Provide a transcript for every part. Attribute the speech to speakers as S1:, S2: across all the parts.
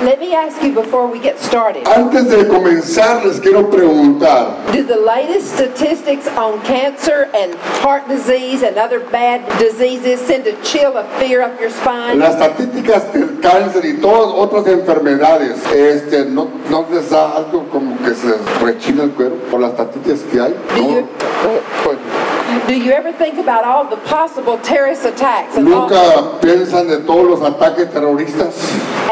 S1: Let me ask you before we get started.
S2: Antes de comenzar les quiero preguntar,
S1: Do the latest statistics on cancer and heart disease and other bad diseases send a chill of fear up your spine?
S2: las estadísticas del cáncer y todas otras enfermedades, este, ¿no, no les da algo como que se les rechina el cuero por las estadísticas que hay? Pues,
S1: Do you-
S2: No.
S1: Do you ever think about all the possible terrorist attacks and, all-
S2: Nunca piensan de todos los ataques terroristas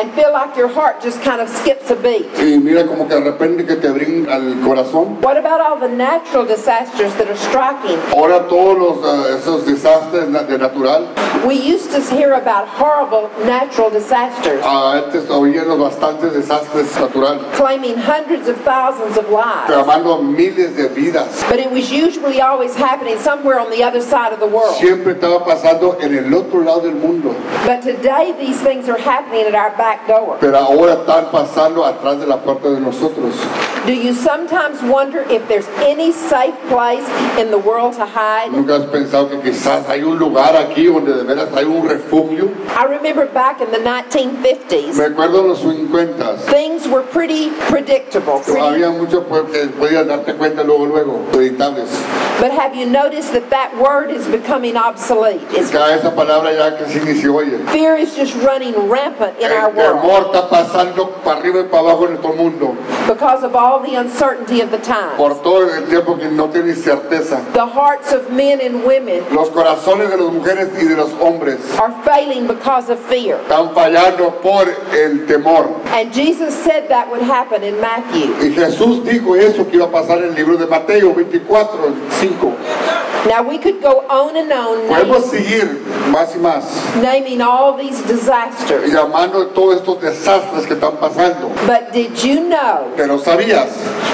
S1: and feel like your heart just kind of skips a beat?
S2: y mira como que de repente que te brinca el corazón.
S1: What about all the natural disasters that are striking?
S2: Ahora todos los, eh, esos desastres na- de natural,
S1: We used to hear about horrible natural disasters
S2: ah, antes oían los bastantes desastres naturales,
S1: claiming hundreds of thousands of lives,
S2: clamando miles de vidas.
S1: but it was usually always happening somewhere on the other side of the world.
S2: siempre estaba pasando en el otro lado del mundo,
S1: But today, these things are happening at our back door.
S2: pero ahora están pasando atrás de la puerta de nosotros.
S1: Do you sometimes wonder if there's any safe place in the world to hide?
S2: ¿Nunca has pensado que quizás hay un lugar aquí donde de veras hay un refugio?
S1: I remember back in the 1950s,
S2: Me acuerdo en los 50,
S1: things were pretty predictable. Pretty,
S2: había muchos pues, que podías darte cuenta luego, luego, editables.
S1: but have you noticed that that word is becoming obsolete? It's,
S2: Cada esa palabra ya que sí ni se oye.
S1: fear is just running rampant in our
S2: El
S1: world
S2: temor está pasando para arriba y para abajo en nuestro mundo,
S1: because of all the uncertainty of the time.
S2: por todo el tiempo que no tiene certeza.
S1: The hearts of men and women
S2: Los corazones de las mujeres y de los hombres
S1: are failing because of fear.
S2: están fallando por el temor.
S1: And Jesus said that would happen in Matthew.
S2: Y Jesús dijo eso que iba a pasar en el libro de Mateo 24, 5.
S1: Now we could go on and on
S2: Podemos
S1: naming,
S2: seguir más y más,
S1: naming all these disasters.
S2: llamando todos estos desastres que están pasando.
S1: But did you know
S2: Pero sabías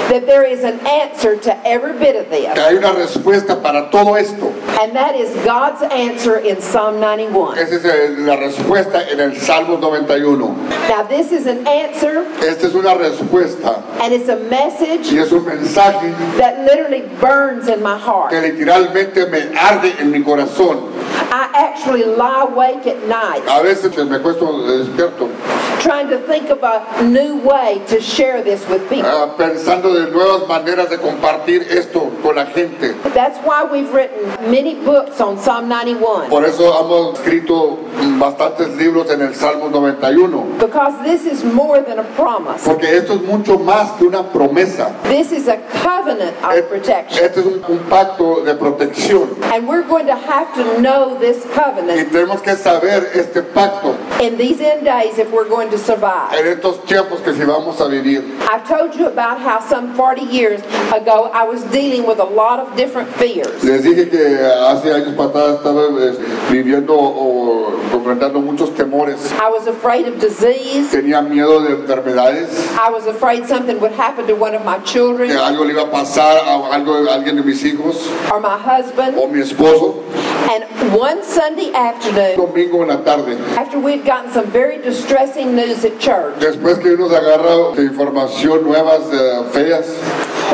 S1: that there is an answer to every bit of
S2: que
S1: this?
S2: hay una respuesta para todo esto.
S1: And that is God's answer in Psalm 91.
S2: Esa es el- la respuesta en el Salmo 91.
S1: Now this is an answer
S2: Esta es una respuesta
S1: and it's a
S2: y
S1: message
S2: es un mensaje
S1: that literally burns in my
S2: que
S1: heart.
S2: literalmente me arde en mi corazón.
S1: I actually lie awake at night
S2: A veces me acuesto despierto
S1: trying to think of a new way to share this with people.
S2: ah, pensando de nuevas maneras de compartir esto con la gente.
S1: That's why we've written many books on Psalm 91.
S2: Por eso hemos escrito bastantes libros en el Salmo 91,
S1: Because this is more than a promise.
S2: porque esto es mucho más que una promesa.
S1: This is a covenant of protection.
S2: Este es un, un pacto de protección
S1: And we're going to have to know this
S2: y
S1: covenant
S2: tenemos que saber este pacto
S1: in these end days if we're going to survive.
S2: en estos tiempos que si vamos a vivir.
S1: I've told you about how some 40 years ago I was dealing with a lot of different fears.
S2: Les dije que hace años para atrás estaba eh, viviendo o confrontando muchos temores.
S1: I was afraid of disease.
S2: Tenía miedo de enfermedades,
S1: I was afraid something would happen to one of my
S2: que
S1: children
S2: algo le iba a pasar a, algo, a alguien de mis hijos
S1: or my husband.
S2: o mi esposo.
S1: And one Sunday afternoon,
S2: Domingo en la tarde,
S1: after we'd gotten some very distressing news at church,
S2: Después que uno se agarra de información nuevas, eh, feas,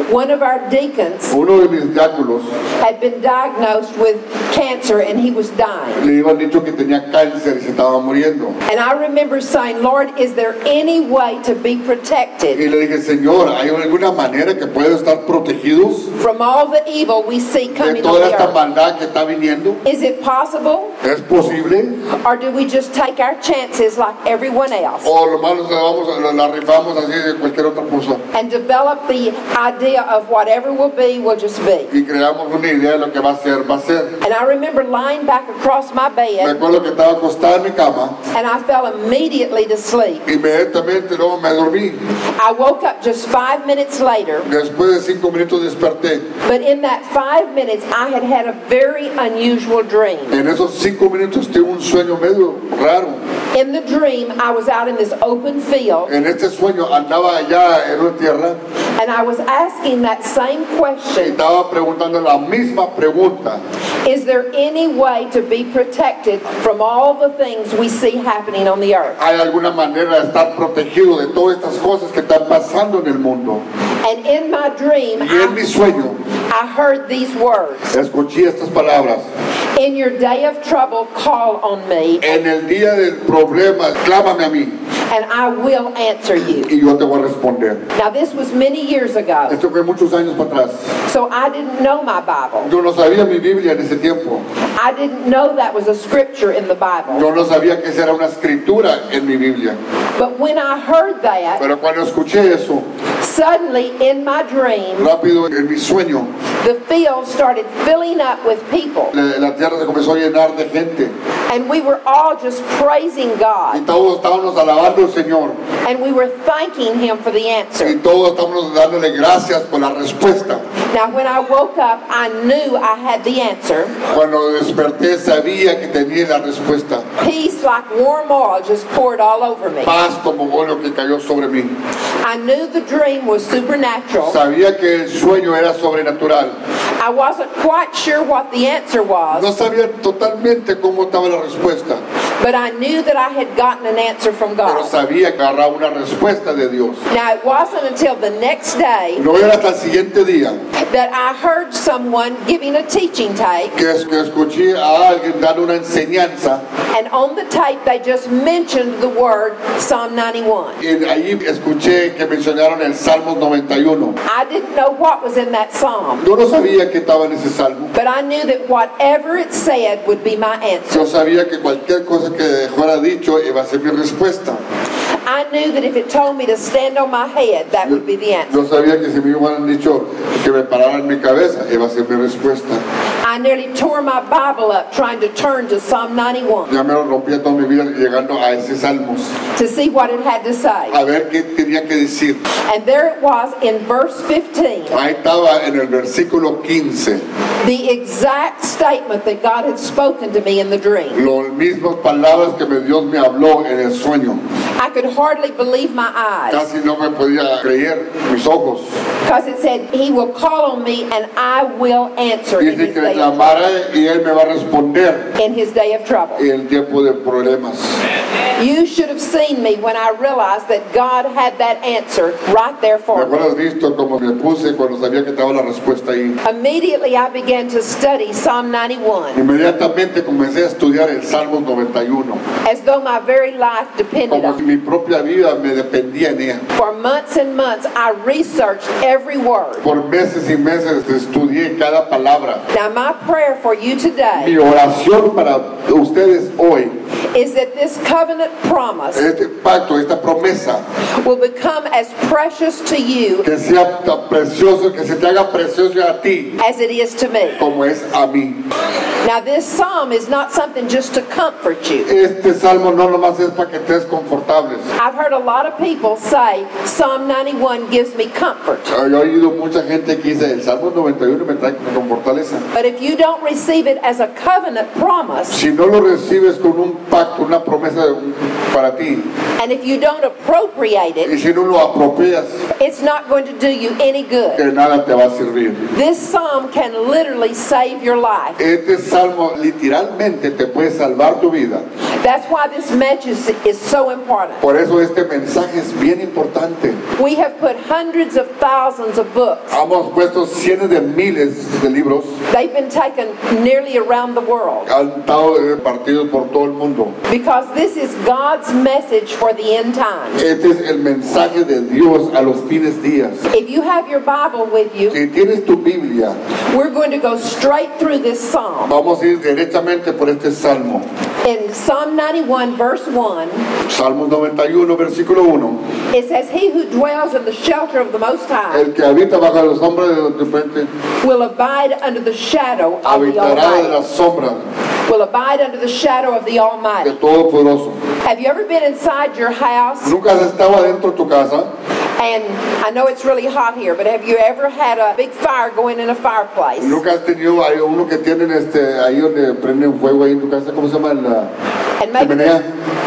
S1: one of our deacons
S2: uno de mis diáculos
S1: had been diagnosed with cancer and he was dying.
S2: le iban dicho que tenía cáncer y se estaba muriendo.
S1: And I remember saying, Lord, is there any way to be
S2: Y
S1: protected
S2: le dije, Señor, ¿hay alguna manera que puedo estar protegidos
S1: from all the evil we see
S2: de
S1: coming on
S2: toda esta
S1: the earth?
S2: maldad que está viniendo?
S1: Is it possible?
S2: ¿Es posible?
S1: Or do we just take our chances like everyone else
S2: ¿O lo malo se la vamos, a- la- la rifamos así de cualquier otra cosa?
S1: and develop the idea of whatever will be, will just be?
S2: Y creamos una idea de lo que va a ser, va a ser.
S1: And I remember lying back across my
S2: Me
S1: bed
S2: acuerdo que estaba acostado en mi cama
S1: and I fell immediately to sleep.
S2: inmediatamente luego me dormí.
S1: I woke up just five minutes later,
S2: Después de cinco minutos desperté.
S1: but in that five minutes, I had had a very unusual dream.
S2: En esos cinco minutos tuve un sueño medio raro.
S1: In the dream, I was out in this open field
S2: En este sueño andaba allá en una tierra
S1: and I was asking that same
S2: y
S1: question
S2: estaba preguntando la misma pregunta.
S1: Is there any way to be protected from all the things we see happening on the earth?
S2: ¿Hay alguna manera de estar protegido de todas estas cosas que están pasando en el mundo?
S1: And in my dream,
S2: Y en mi
S1: I,
S2: sueño
S1: I heard these words
S2: escuché estas palabras.
S1: In your day of trouble, call on me,
S2: En el día del problema, clámame a mí
S1: and I will answer you.
S2: y yo te voy a responder.
S1: Now, this was many years ago,
S2: Esto fue muchos años para atrás.
S1: so I didn't know my Bible.
S2: Yo no sabía mi Biblia en ese tiempo.
S1: I didn't know that was a scripture in the Bible.
S2: Yo no sabía que esa era una escritura en mi Biblia.
S1: But when I heard that,
S2: Pero cuando escuché eso,
S1: suddenly in my dream,
S2: rápido en mi sueño,
S1: the field started filling up with people,
S2: la, la tierra se comenzó a llenar de gente.
S1: and we were all just praising
S2: Y
S1: God,
S2: todos estábamos alabando al Señor.
S1: and we were thanking Him for the
S2: Y
S1: answer.
S2: todos estábamos dándole gracias por la respuesta.
S1: Now, when I woke up, I knew I had the answer.
S2: Cuando desperté sabía que tenía la respuesta.
S1: Peace, like warm oil, just poured all over me.
S2: Paz como óleo que cayó sobre mí.
S1: I knew the dream was supernatural.
S2: Sabía que el sueño era sobrenatural.
S1: I wasn't quite sure what the answer
S2: No
S1: was,
S2: sabía totalmente cómo estaba la respuesta,
S1: but I knew that I had gotten an answer from
S2: pero
S1: God.
S2: sabía que agarraba una respuesta de Dios.
S1: Now, it wasn't until the next day
S2: No era hasta el siguiente día
S1: that I heard someone giving a teaching tape,
S2: que, es- que escuché a alguien dar una enseñanza
S1: and on the tape they just mentioned the word Psalm 91.
S2: y ahí escuché que mencionaron el Salmo 91.
S1: I didn't know what was in that psalm,
S2: Yo no sabía que estaba en ese salmo.
S1: but I knew that whatever it said would be my answer.
S2: Yo sabía que cualquier cosa que fuera dicho iba a ser mi respuesta.
S1: I knew that if it told me to stand on my head, that would be the answer.
S2: Yo sabía que si me hubieran dicho que me pararan mi cabeza, iba a ser mi respuesta.
S1: I nearly tore my Bible up trying to turn to Psalm 91
S2: Ya me lo rompía toda mi vida llegando a ese salmos.
S1: to see what it had to say.
S2: A ver qué tenía que decir.
S1: And there it was in verse 15,
S2: Ahí estaba en el versículo 15.
S1: the exact statement that God had spoken to me in the dream.
S2: Las mismas palabras que me- Dios me habló en el sueño.
S1: I could hardly believe my eyes
S2: Casi no me podía creer mis ojos.
S1: because it said, He will call on me and I will answer in
S2: Dice
S1: his
S2: que le
S1: day of,
S2: llamara y Él me va a responder
S1: in his day of trouble.
S2: en el tiempo de problemas.
S1: You should have seen me when I realized that God had that answer right there
S2: ¿Me
S1: for me.
S2: acuerdas visto cómo me puse cuando sabía que estaba la respuesta ahí?
S1: Immediately I began to study Psalm 91.
S2: Inmediatamente comencé a estudiar el Salmo 91,
S1: as though my very life depended
S2: como
S1: on
S2: si
S1: it.
S2: mi propia vida me dependía en ella.
S1: For months and months, I researched every word.
S2: Por meses y meses estudié cada palabra.
S1: Now, my prayer for you
S2: Mi
S1: today
S2: oración para ustedes hoy,
S1: is that this covenant promise
S2: este pacto, esta promesa,
S1: will become as precious to you
S2: que sea tan precioso, que se te haga precioso a ti
S1: as it is to me.
S2: como es a mí.
S1: Now, this psalm is not something just to comfort you.
S2: Este salmo no nomás es para que estés confortables.
S1: I've heard a lot of people say Psalm 91 gives me comfort.
S2: Yo he oído mucha gente que dice, el Salmo 91 me trae con fortaleza.
S1: But if you don't receive it as a covenant promise,
S2: Si no lo recibes con un pacto, una promesa de un- para ti,
S1: and if you don't appropriate
S2: y
S1: it,
S2: si no lo apropias,
S1: it's not going to do you any good.
S2: de nada te va a servir.
S1: This psalm can literally save your life.
S2: Este salmo literalmente te puede salvar tu vida.
S1: That's why this message is so important.
S2: Por eso este mensaje es bien importante.
S1: We have put hundreds of thousands of books.
S2: Hemos puesto cientos de miles de libros,
S1: They've been taken nearly around the world
S2: han estado repartidos por todo el mundo.
S1: because this is God's message for the end times.
S2: Este es el mensaje de Dios a los fines días.
S1: If you have your Bible with you,
S2: Si tienes tu Biblia,
S1: we're going to go straight through this psalm.
S2: vamos a ir directamente por este salmo.
S1: In Psalm 91, verse 1,
S2: Salmo 91, versículo 1.
S1: it says, He who dwells in the shelter of the Most High
S2: El que habita bajo los sombra de los repente
S1: will abide under the shadow of the
S2: habitará de
S1: Almighty.
S2: las sombras
S1: Will abide under the shadow of the Almighty.
S2: de todo poderoso.
S1: Have you ever been inside your house?
S2: Nunca has estado dentro de tu casa.
S1: And I know it's really hot here, but have you ever had a big fire going in a fireplace?
S2: Nunca has tenido hay uno que tienen este ahí donde prenden fuego ahí en tu casa. ¿Cómo se llama la
S1: And maybe,
S2: chimenea?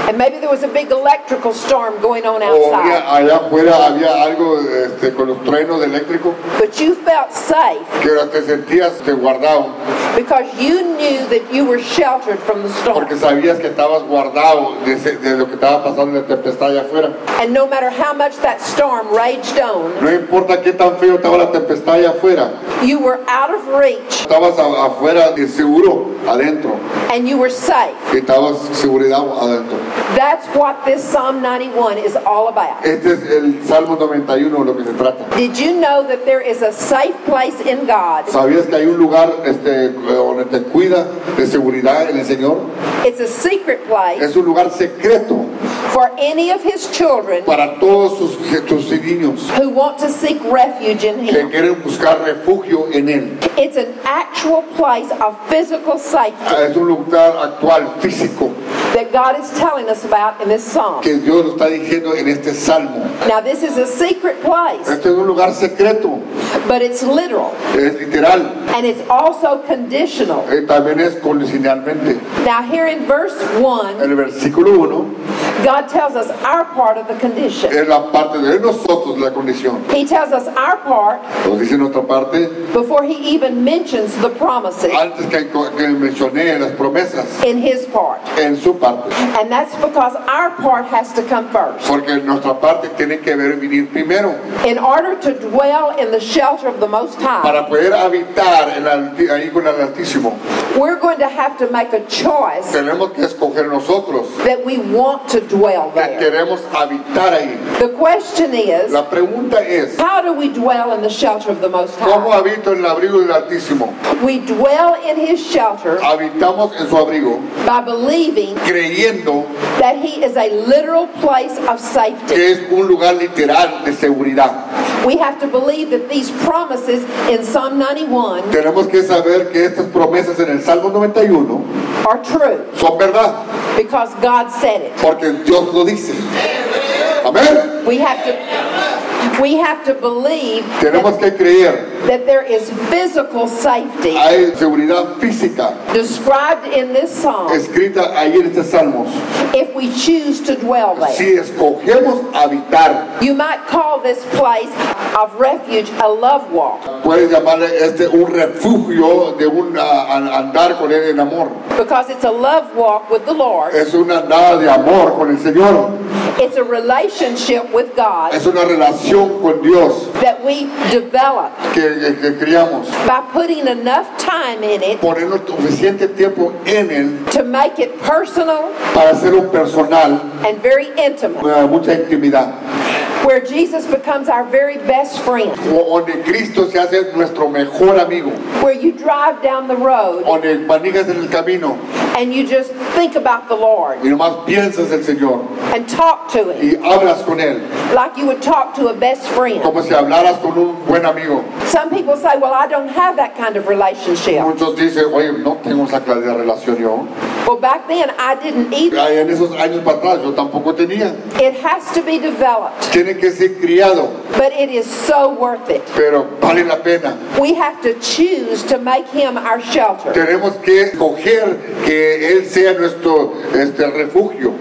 S1: and maybe there was a big electrical storm going on
S2: O
S1: outside,
S2: había- allá afuera había algo este, con los truenos eléctricos
S1: but you felt safe
S2: que te sentías te guardado.
S1: because you knew that you were sheltered from the storm.
S2: porque sabías que estabas guardado de, ese- de lo que estaba pasando en la tempestad allá afuera.
S1: And no matter how much that storm raged on,
S2: No importa qué tan feo estaba la tempestad allá afuera,
S1: you were out of reach
S2: estabas a- afuera y seguro adentro,
S1: and you were safe.
S2: y estabas seguridad adentro.
S1: That's what this Psalm 91 is all about.
S2: Este es el Salmo 91 de lo que se trata.
S1: Did you know that there is a safe place in God?
S2: ¿Sabías que hay un lugar este, donde te cuida de seguridad en el Señor?
S1: It's a secret place
S2: Es un lugar secreto
S1: for any of His children
S2: para todos sus, sus niños
S1: who want to seek refuge in
S2: que
S1: Him.
S2: quieren buscar refugio en Él.
S1: It's an actual place of physical safety
S2: Es un lugar actual, físico,
S1: that God is telling us about in this Psalm.
S2: que Dios lo está diciendo en este Salmo.
S1: Now, this is a secret place,
S2: Este es un lugar secreto,
S1: but it's literal
S2: es literal,
S1: and it's also conditional.
S2: eh, también es condicionalmente.
S1: Now, here in verse 1,
S2: En el versículo 1
S1: God tells us our part of the condition.
S2: es la parte de nosotros la condición.
S1: He tells us our part
S2: Nos dice en otra parte,
S1: before he even mentions the promises
S2: antes que, que mencioné las promesas,
S1: in his part.
S2: en su parte.
S1: And that's because our part has to come first.
S2: Porque nuestra parte tiene que ver venir primero.
S1: In order to dwell in the shelter of the Most High,
S2: Para poder habitar en alti- ahí con el Altísimo,
S1: we're going to have to make a choice
S2: tenemos que escoger nosotros
S1: that we want to dwell
S2: que
S1: there.
S2: queremos habitar ahí.
S1: The question is,
S2: La pregunta es,
S1: how do we dwell in the shelter of the Most
S2: ¿cómo
S1: High?
S2: habito en el abrigo del Altísimo?
S1: We dwell in his shelter
S2: Habitamos en su abrigo,
S1: by believing
S2: creyendo
S1: that he is a literal place of safety.
S2: que es un lugar literal de seguridad.
S1: We have to believe that these promises in Psalm 91
S2: Tenemos que saber que estas promesas en el Salmo 91
S1: are true.
S2: son verdad,
S1: because God said it.
S2: porque Dios lo dice. Amén.
S1: We have to we have to believe
S2: Tenemos
S1: that,
S2: que creer.
S1: that there is physical safety
S2: Hay seguridad física
S1: described in this psalm
S2: escrita ahí en estos salmos.
S1: if we choose to dwell there.
S2: Si escogemos habitar,
S1: You might call this place of refuge a love walk
S2: puedes llamarle este un refugio de un a- a- andar con él en amor.
S1: because it's a love walk with the Lord.
S2: Es una andada de amor con el Señor.
S1: It's a relationship with God
S2: Es una relación con Dios
S1: that we develop
S2: que, que, que criamos.
S1: by putting enough time in it
S2: Ponernos suficiente tiempo en él
S1: to make it personal
S2: para hacerlo personal,
S1: and very intimate,
S2: eh, mucha intimidad.
S1: where Jesus becomes our very best friend.
S2: O- Donde Cristo se hace nuestro mejor amigo.
S1: where you drive down the road
S2: Donde manejas en el camino
S1: and you just think about the Lord
S2: y nomás piensas en el Señor
S1: and talk to Him
S2: y hablas con él.
S1: like you would talk to a best friend.
S2: como si hablaras con un buen amigo.
S1: Some people say, Well, I don't have that kind of relationship.
S2: Muchos dicen, oye, no tengo esa clase de relación yo.
S1: Well, back then I didn't either.
S2: Ay, En esos años para atrás yo tampoco tenía.
S1: It has to be developed,
S2: Tiene que ser criado,
S1: but it is so worth it.
S2: pero vale la pena.
S1: We have to choose to make Him our shelter,
S2: Tenemos que coger que Él sea nuestro este, refugio.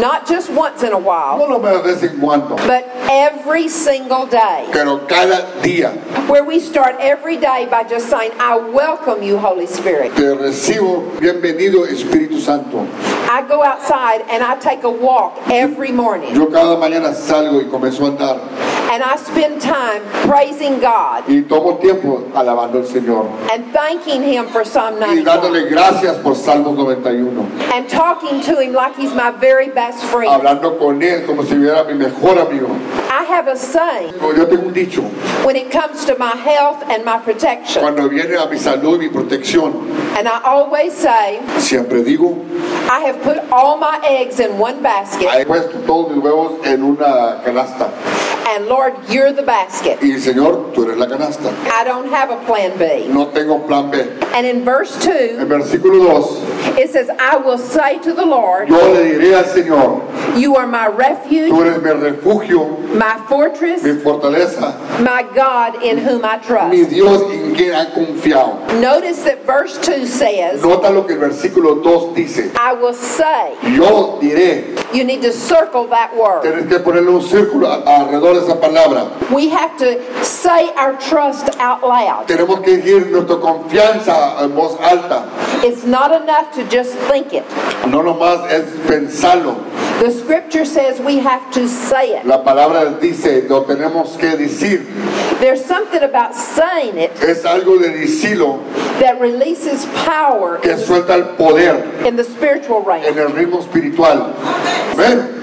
S1: not just once in a
S2: No
S1: while,
S2: lo veo de vez en cuando,
S1: but every single day,
S2: pero cada día
S1: where we start every day by just saying, I welcome you, Holy Spirit.
S2: te recibo. Bienvenido Espíritu Santo.
S1: I go outside and I take a walk every morning
S2: Yo cada mañana salgo y comienzo a andar
S1: and I spend time praising God
S2: y tomo tiempo alabando al Señor
S1: and thanking Him for Psalm
S2: y
S1: 91
S2: dándole gracias por Salmos 91.
S1: and talking to Him like He's my very best friend.
S2: hablando con él como si fuera mi mejor amigo.
S1: I have a saying
S2: Yo tengo un dicho,
S1: when it comes to my health and my protection,
S2: cuando viene a mi salud y mi protección,
S1: and I always say,
S2: siempre digo,
S1: I have put all my eggs in one basket,
S2: he puesto todos mis huevos en una canasta.
S1: and Lord, you're the basket.
S2: Y Señor, tú eres la canasta.
S1: I don't have a plan B.
S2: No tengo plan B.
S1: And in verse 2,
S2: En versículo 2,
S1: it says, I will say to the Lord,
S2: yo le diré al Señor,
S1: You are my refuge.
S2: tú eres mi refugio,
S1: my fortress,
S2: mi fortaleza,
S1: my God in whom I
S2: mi
S1: trust.
S2: Dios en quien ha confiado.
S1: Notice that verse 2 says,
S2: Nota lo que el versículo 2 dice.
S1: I will say.
S2: Yo diré,
S1: You need to circle that word.
S2: tienes que ponerle un círculo a- alrededor de esa palabra.
S1: We have to say our trust out loud.
S2: Tenemos que ir nuestra confianza a- en voz alta.
S1: It's not enough to just think it.
S2: No nomás es pensarlo.
S1: The scripture says we have to say it.
S2: La palabra dice, lo tenemos que decir.
S1: There's something about saying it
S2: Es algo de decirlo
S1: that releases power
S2: que suelta el poder
S1: in the spiritual realm.
S2: en el ritmo espiritual. ¿Ven?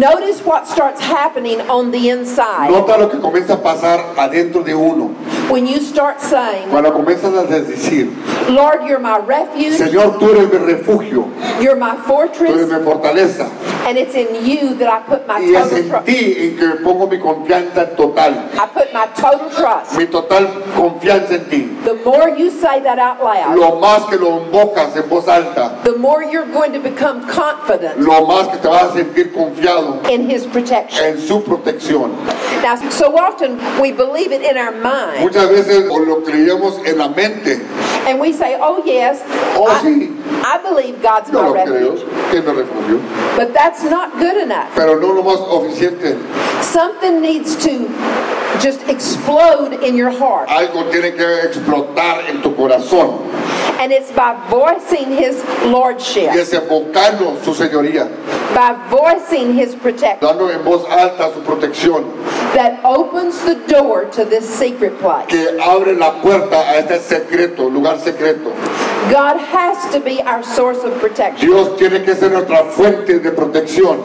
S1: Notice what starts happening on the inside
S2: Nota lo que comienza a pasar adentro de uno.
S1: when you start saying,
S2: Cuando comienzas a decir,
S1: Lord, you're my refuge,
S2: Señor, tú eres mi refugio,
S1: you're my
S2: tú eres
S1: fortress,
S2: mi fortaleza.
S1: and it's in you that I put my
S2: Y es
S1: total
S2: en
S1: trust.
S2: ti en que pongo mi confianza total,
S1: I put my total trust.
S2: mi total confianza en ti.
S1: The more you say that out loud,
S2: Lo más que lo invocas en voz alta,
S1: the more you're going to become confident
S2: lo más que te vas a sentir confiado
S1: in His protection.
S2: en su protección.
S1: Now, so often we believe it in our mind,
S2: Muchas veces lo creemos en la mente.
S1: and we say, "Oh yes,
S2: Oh,
S1: I,
S2: sí.
S1: I believe God's
S2: Yo
S1: my
S2: lo creo,
S1: refuge,"
S2: que me refugio.
S1: but that's not good enough.
S2: Pero no lo más suficiente.
S1: Something needs to just explode in your heart.
S2: Algo tiene que explotar en tu corazón
S1: And it's by voicing his
S2: y
S1: lordship,
S2: es evocando su señoría,
S1: by voicing his protection
S2: dando en voz alta su protección,
S1: that opens the door to this secret place.
S2: que abre la puerta a este secreto, lugar secreto.
S1: God has to be our source of protection.
S2: Dios tiene que ser nuestra fuente de protección.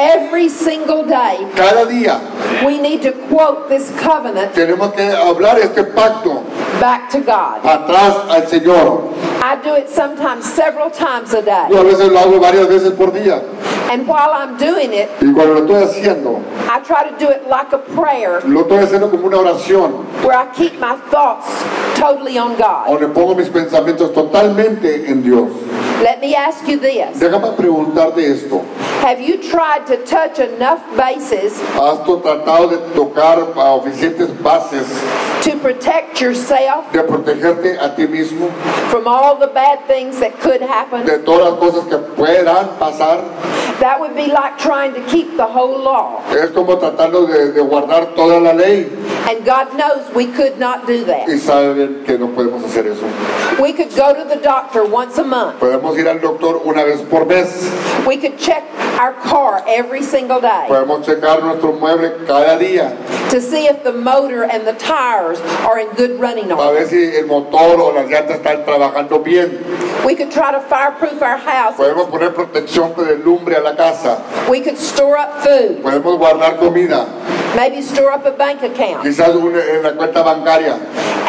S1: Every single day,
S2: Cada día
S1: we need to quote this covenant
S2: tenemos que hablar este pacto
S1: back to God.
S2: atrás al Señor.
S1: I do it sometimes several times a day.
S2: Yo a veces lo hago varias veces por día.
S1: And while I'm doing it,
S2: Y cuando lo estoy haciendo,
S1: I try to do it like a prayer
S2: lo estoy haciendo como una oración.
S1: where I keep my thoughts totally on God.
S2: donde pongo mis pensamientos totalmente en Dios.
S1: Let me ask you this.
S2: Déjame preguntarte esto.
S1: Have you tried to touch enough bases
S2: ¿Has tú tratado de tocar a suficientes bases
S1: to protect yourself
S2: de protegerte a ti mismo
S1: from all the bad things that could happen?
S2: de todas las cosas que puedan pasar?
S1: That would be like trying to keep the whole law.
S2: Es como tratando de, de guardar toda la ley
S1: And God knows we could not do
S2: y
S1: that.
S2: saben que no podemos hacer eso.
S1: We could go to the doctor once a month.
S2: Podemos ir al doctor una vez por mes,
S1: We could check our car every single day
S2: podemos checar nuestro mueble cada día
S1: to see if the motor and the tires are in good running
S2: para
S1: order.
S2: ver si el motor o las llantas están trabajando bien.
S1: We could try to fireproof our house.
S2: Podemos poner protección de lumbre a la casa.
S1: We could store up food,
S2: Podemos guardar comida,
S1: maybe store up a bank account.
S2: quizás un- en la cuenta bancaria,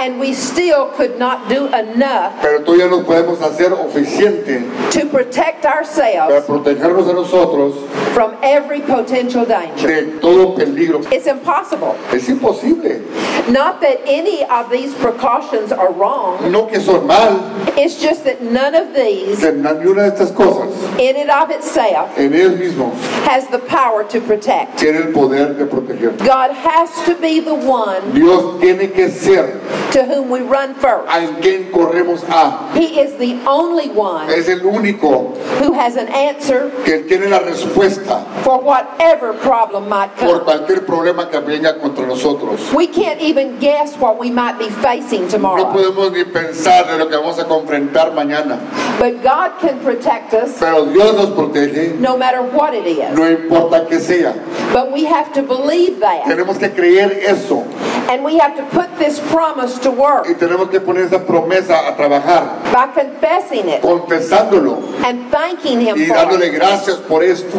S1: And we still could not do enough
S2: pero tú ya nos podemos hacer suficiente
S1: to protect
S2: para
S1: ourselves
S2: protegernos a nosotros
S1: from every potential danger.
S2: de todo peligro.
S1: It's impossible.
S2: Es imposible,
S1: Not that any of these precautions are wrong,
S2: no que son mal,
S1: it's just that none of these,
S2: que na- ni una de estas cosas
S1: in and of itself,
S2: en ellos mismos
S1: has the power to protect.
S2: tiene el poder de proteger.
S1: God has to be the one
S2: Dios tiene que ser
S1: to whom we run first.
S2: a quien corremos a.
S1: He is the only one
S2: Es el único
S1: who has an answer
S2: que tiene la respuesta
S1: for whatever problem might
S2: por
S1: come.
S2: cualquier problema que venga contra nosotros.
S1: We can't even guess what we might be facing
S2: No
S1: tomorrow.
S2: podemos ni pensar de lo que vamos a confrontar mañana.
S1: But God can protect us
S2: Pero Dios nos protege,
S1: no matter what it is.
S2: no importa que sea.
S1: But we have to believe that.
S2: Tenemos que creer eso
S1: And we have to put this promise to work
S2: y tenemos que poner esa promesa a trabajar,
S1: by confessing it
S2: confesándolo
S1: and thanking Him
S2: y
S1: for
S2: dándole
S1: it.
S2: gracias por esto.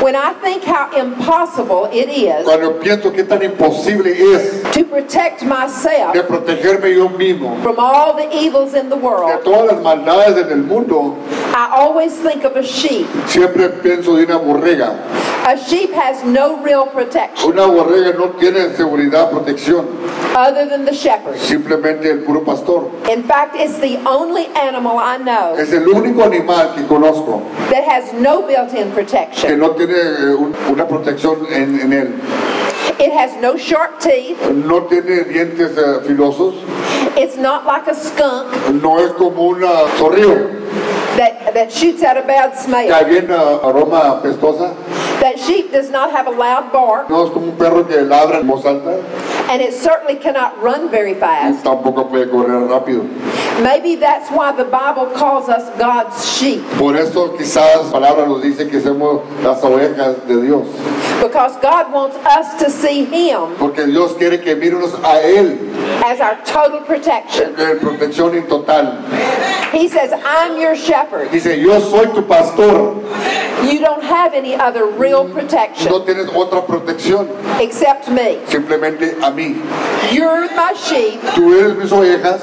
S1: When I think how impossible it is
S2: Cuando pienso que tan imposible es
S1: to protect
S2: de
S1: myself
S2: protegerme yo mismo
S1: from all the evils in the
S2: de
S1: world,
S2: todas las maldades en el mundo,
S1: I always think of a sheep.
S2: siempre pienso de una borrega.
S1: A sheep has no real protection
S2: Una borrega no tiene seguridad, protección,
S1: other than the shepherd.
S2: simplemente el puro pastor.
S1: In fact, it's the only animal I know
S2: Es el único animal que conozco
S1: that has no built in protection.
S2: que no tiene eh, un- una protección en, en él.
S1: It has no sharp teeth.
S2: No tiene dientes eh, filosos,
S1: It's not like a skunk
S2: no es como un ah, zorrillo
S1: that, that shoots out a bad
S2: que
S1: smell.
S2: hay ah, aroma apestosa,
S1: That sheep does not have a loud bark,
S2: no es como un perro que labra en voz alta,
S1: and it certainly cannot run very
S2: y
S1: fast.
S2: tampoco puede correr rápido.
S1: Maybe that's why the Bible calls us God's sheep,
S2: Por eso quizás la palabra nos dice que somos las ovejas de Dios.
S1: because God wants us to see Him
S2: Porque Dios quiere que miremos a Él
S1: as our total protection.
S2: en protección en total.
S1: He says, I'm your shepherd.
S2: Dice, yo soy tu pastor.
S1: You don't have any other real protection
S2: No tienes otra protección,
S1: except me.
S2: simplemente a mí.
S1: You're my sheep,
S2: Tú eres mis ovejas,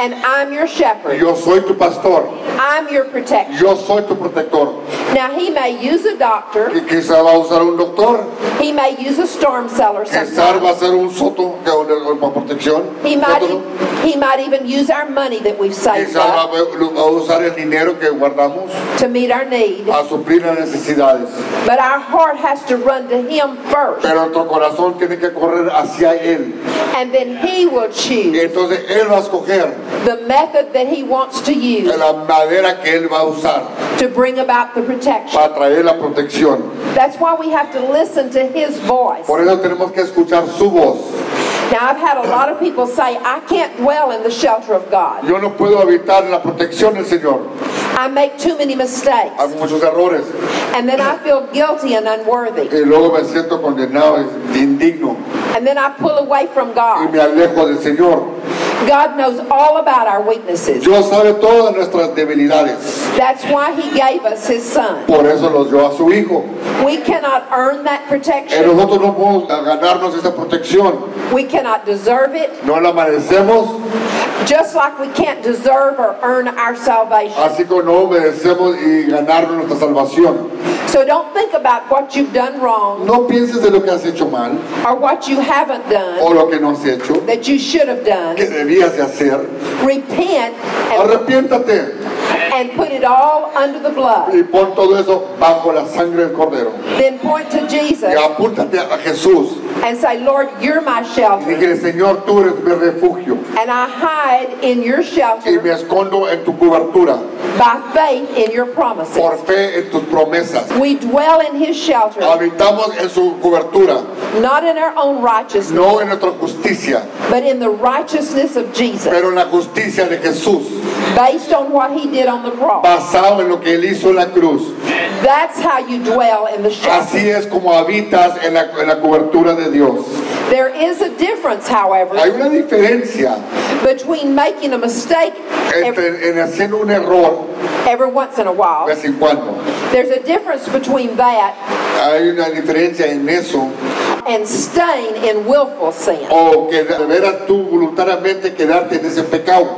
S1: and I'm your shepherd.
S2: yo soy tu pastor,
S1: I'm your protection.
S2: yo soy tu protector.
S1: Now, He may use a doctor,
S2: Que quizá va a usar un doctor,
S1: He may use a storm cellar
S2: quizá va
S1: sometimes.
S2: a ser un soto que una, una protección.
S1: He might,
S2: Sótano.
S1: e- he might even use our money that we've saved
S2: Quizá va
S1: up
S2: va a usar el dinero que guardamos
S1: to meet our need.
S2: a suplir las necesidades.
S1: But our heart has to run to Him first,
S2: Pero nuestro corazón tiene que correr hacia Él.
S1: and then He will
S2: Y
S1: choose
S2: entonces Él va a escoger
S1: the method that He wants to use
S2: la madera que Él va a usar
S1: to bring about the protection.
S2: para traer la protección.
S1: That's why we have to listen to His voice.
S2: Por eso tenemos que escuchar su voz.
S1: Now, I've had a lot of people say, I can't dwell in the shelter of God.
S2: Yo no puedo evitar la protección del Señor.
S1: I make too many mistakes,
S2: Hago muchos errores
S1: and then I feel guilty and unworthy,
S2: y luego me siento condenado, e indigno
S1: and then I pull away from
S2: y
S1: God.
S2: me alejo del Señor.
S1: God knows all about our weaknesses.
S2: Dios sabe todas nuestras debilidades.
S1: That's why He gave us His Son.
S2: Por eso los dio a su Hijo.
S1: We cannot earn that
S2: Eh,
S1: protection,
S2: Nosotros no podemos ganarnos esa protección.
S1: we cannot deserve it.
S2: No la merecemos,
S1: Just like we can't deserve or earn our salvation.
S2: así que no merecemos y ganar nuestra salvación.
S1: So don't think about what you've done wrong
S2: No pienses de lo que has hecho mal
S1: or what you haven't done
S2: o lo que no has hecho,
S1: that you should have
S2: que
S1: done.
S2: debías de hacer.
S1: Repent and,
S2: Arrepiéntate
S1: and put it all under the blood.
S2: y pon todo eso bajo la sangre del cordero.
S1: Then point to Jesus
S2: Y apúntate a Jesús.
S1: and say, Lord, you're my
S2: Y
S1: shelter.
S2: dile, Señor, tú eres mi refugio
S1: And I hide in your
S2: y me
S1: shelter
S2: escondo en tu cobertura,
S1: by faith in your promises.
S2: por fe en tus promesas.
S1: We dwell in his
S2: Uh,
S1: shelter,
S2: Habitamos en su cobertura,
S1: not in our own righteousness,
S2: no en nuestra justicia,
S1: but in the righteousness of Jesus,
S2: pero en la justicia de Jesús,
S1: based on what he did on the cross.
S2: basado en lo que él hizo en la cruz.
S1: That's how you dwell in the shelter.
S2: Así es como habitas en la, en la cobertura de Dios.
S1: There is a difference, however,
S2: Hay una diferencia
S1: between making a mistake every,
S2: entre en haciendo un error
S1: every once in a
S2: de
S1: while.
S2: vez en cuando.
S1: There's a difference between that
S2: Hay una diferencia en eso
S1: and staying in willful sin.
S2: o que de veras tú voluntariamente quedarte en ese pecado,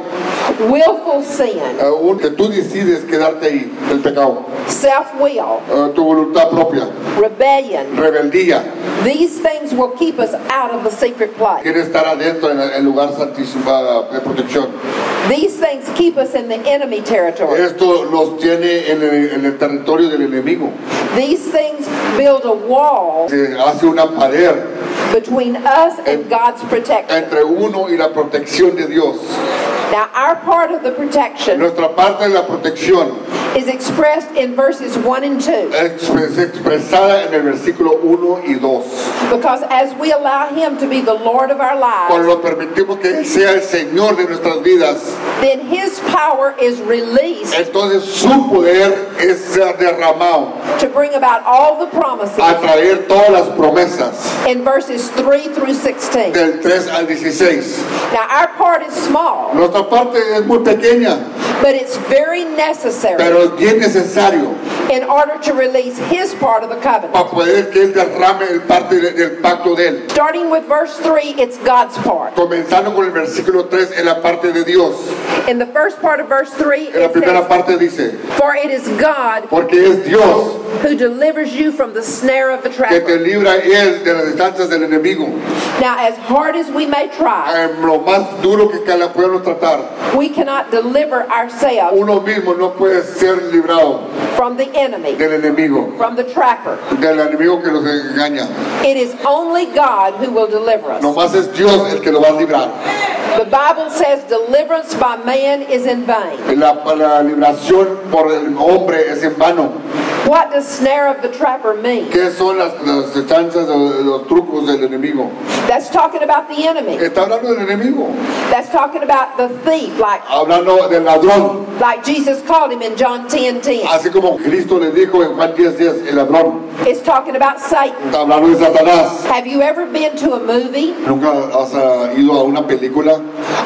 S1: Willful sin,
S2: eh, un- que tú decides quedarte ahí, el pecado,
S1: self will,
S2: eh, tu voluntad propia,
S1: rebellion,
S2: rebeldía,
S1: these things will keep us out of the secret place.
S2: quiere estar adentro en el lugar santísimo ah, de protección.
S1: These things keep us in the enemy territory.
S2: Esto los tiene en el, en el territorio del enemigo,
S1: These things build a wall
S2: se hace una pared
S1: between us and God's protection.
S2: entre uno y la protección de Dios.
S1: Now, our part of the protection
S2: Nuestra parte de la protección
S1: is expressed in verses 1 and 2
S2: es es expresada en el versículo 1 y 2.
S1: because as we allow him to be the Lord of our lives,
S2: Cuando lo permitimos que Él sea el Señor de nuestras vidas,
S1: then his power is released
S2: entonces su poder es derramado
S1: to bring about all the
S2: a
S1: promises
S2: traer todas las promesas
S1: in verses 3 through 16.
S2: del 3 al 16.
S1: Now, our part is small,
S2: Nuestra parte es muy pequeña,
S1: but it's very necessary
S2: pero es bien necesario
S1: in order to release his part of the covenant.
S2: para poder que Él derrame el parte de- del pacto de Él.
S1: Starting with verse 3, it's God's part.
S2: Comenzando con el versículo 3 en la parte de Dios.
S1: In the first part of verse 3,
S2: En la
S1: it
S2: primera
S1: says,
S2: parte dice,
S1: For it is God
S2: Porque es Dios
S1: who delivers you from the snare of the
S2: que te
S1: trapper.
S2: libra Él de las distancias del enemigo.
S1: Now, as hard as we may try,
S2: En lo más duro que cada pueblo tratar,
S1: We cannot deliver ourselves
S2: uno mismo no puede ser librado
S1: from the enemy,
S2: del enemigo,
S1: from the trapper.
S2: del enemigo que los engaña.
S1: It is only God who will deliver us.
S2: Nomás es Dios el que lo va a librar.
S1: The Bible says deliverance by man is in vain.
S2: La, la libración por el hombre es en vano.
S1: What does snare of the trapper mean?
S2: ¿Qué son las, las distancias, los, los trucos del enemigo?
S1: That's talking about the enemy.
S2: Está hablando del enemigo,
S1: That's talking about the thief, like,
S2: hablando del ladrón.
S1: like Jesus called him in John 10 10.
S2: Así como Cristo le dijo en Juan 10:10, el ladrón.
S1: It's talking about Satan.
S2: Está hablando de Satanás.
S1: Have you ever been to a movie
S2: ¿Nunca has ah, ido a una película?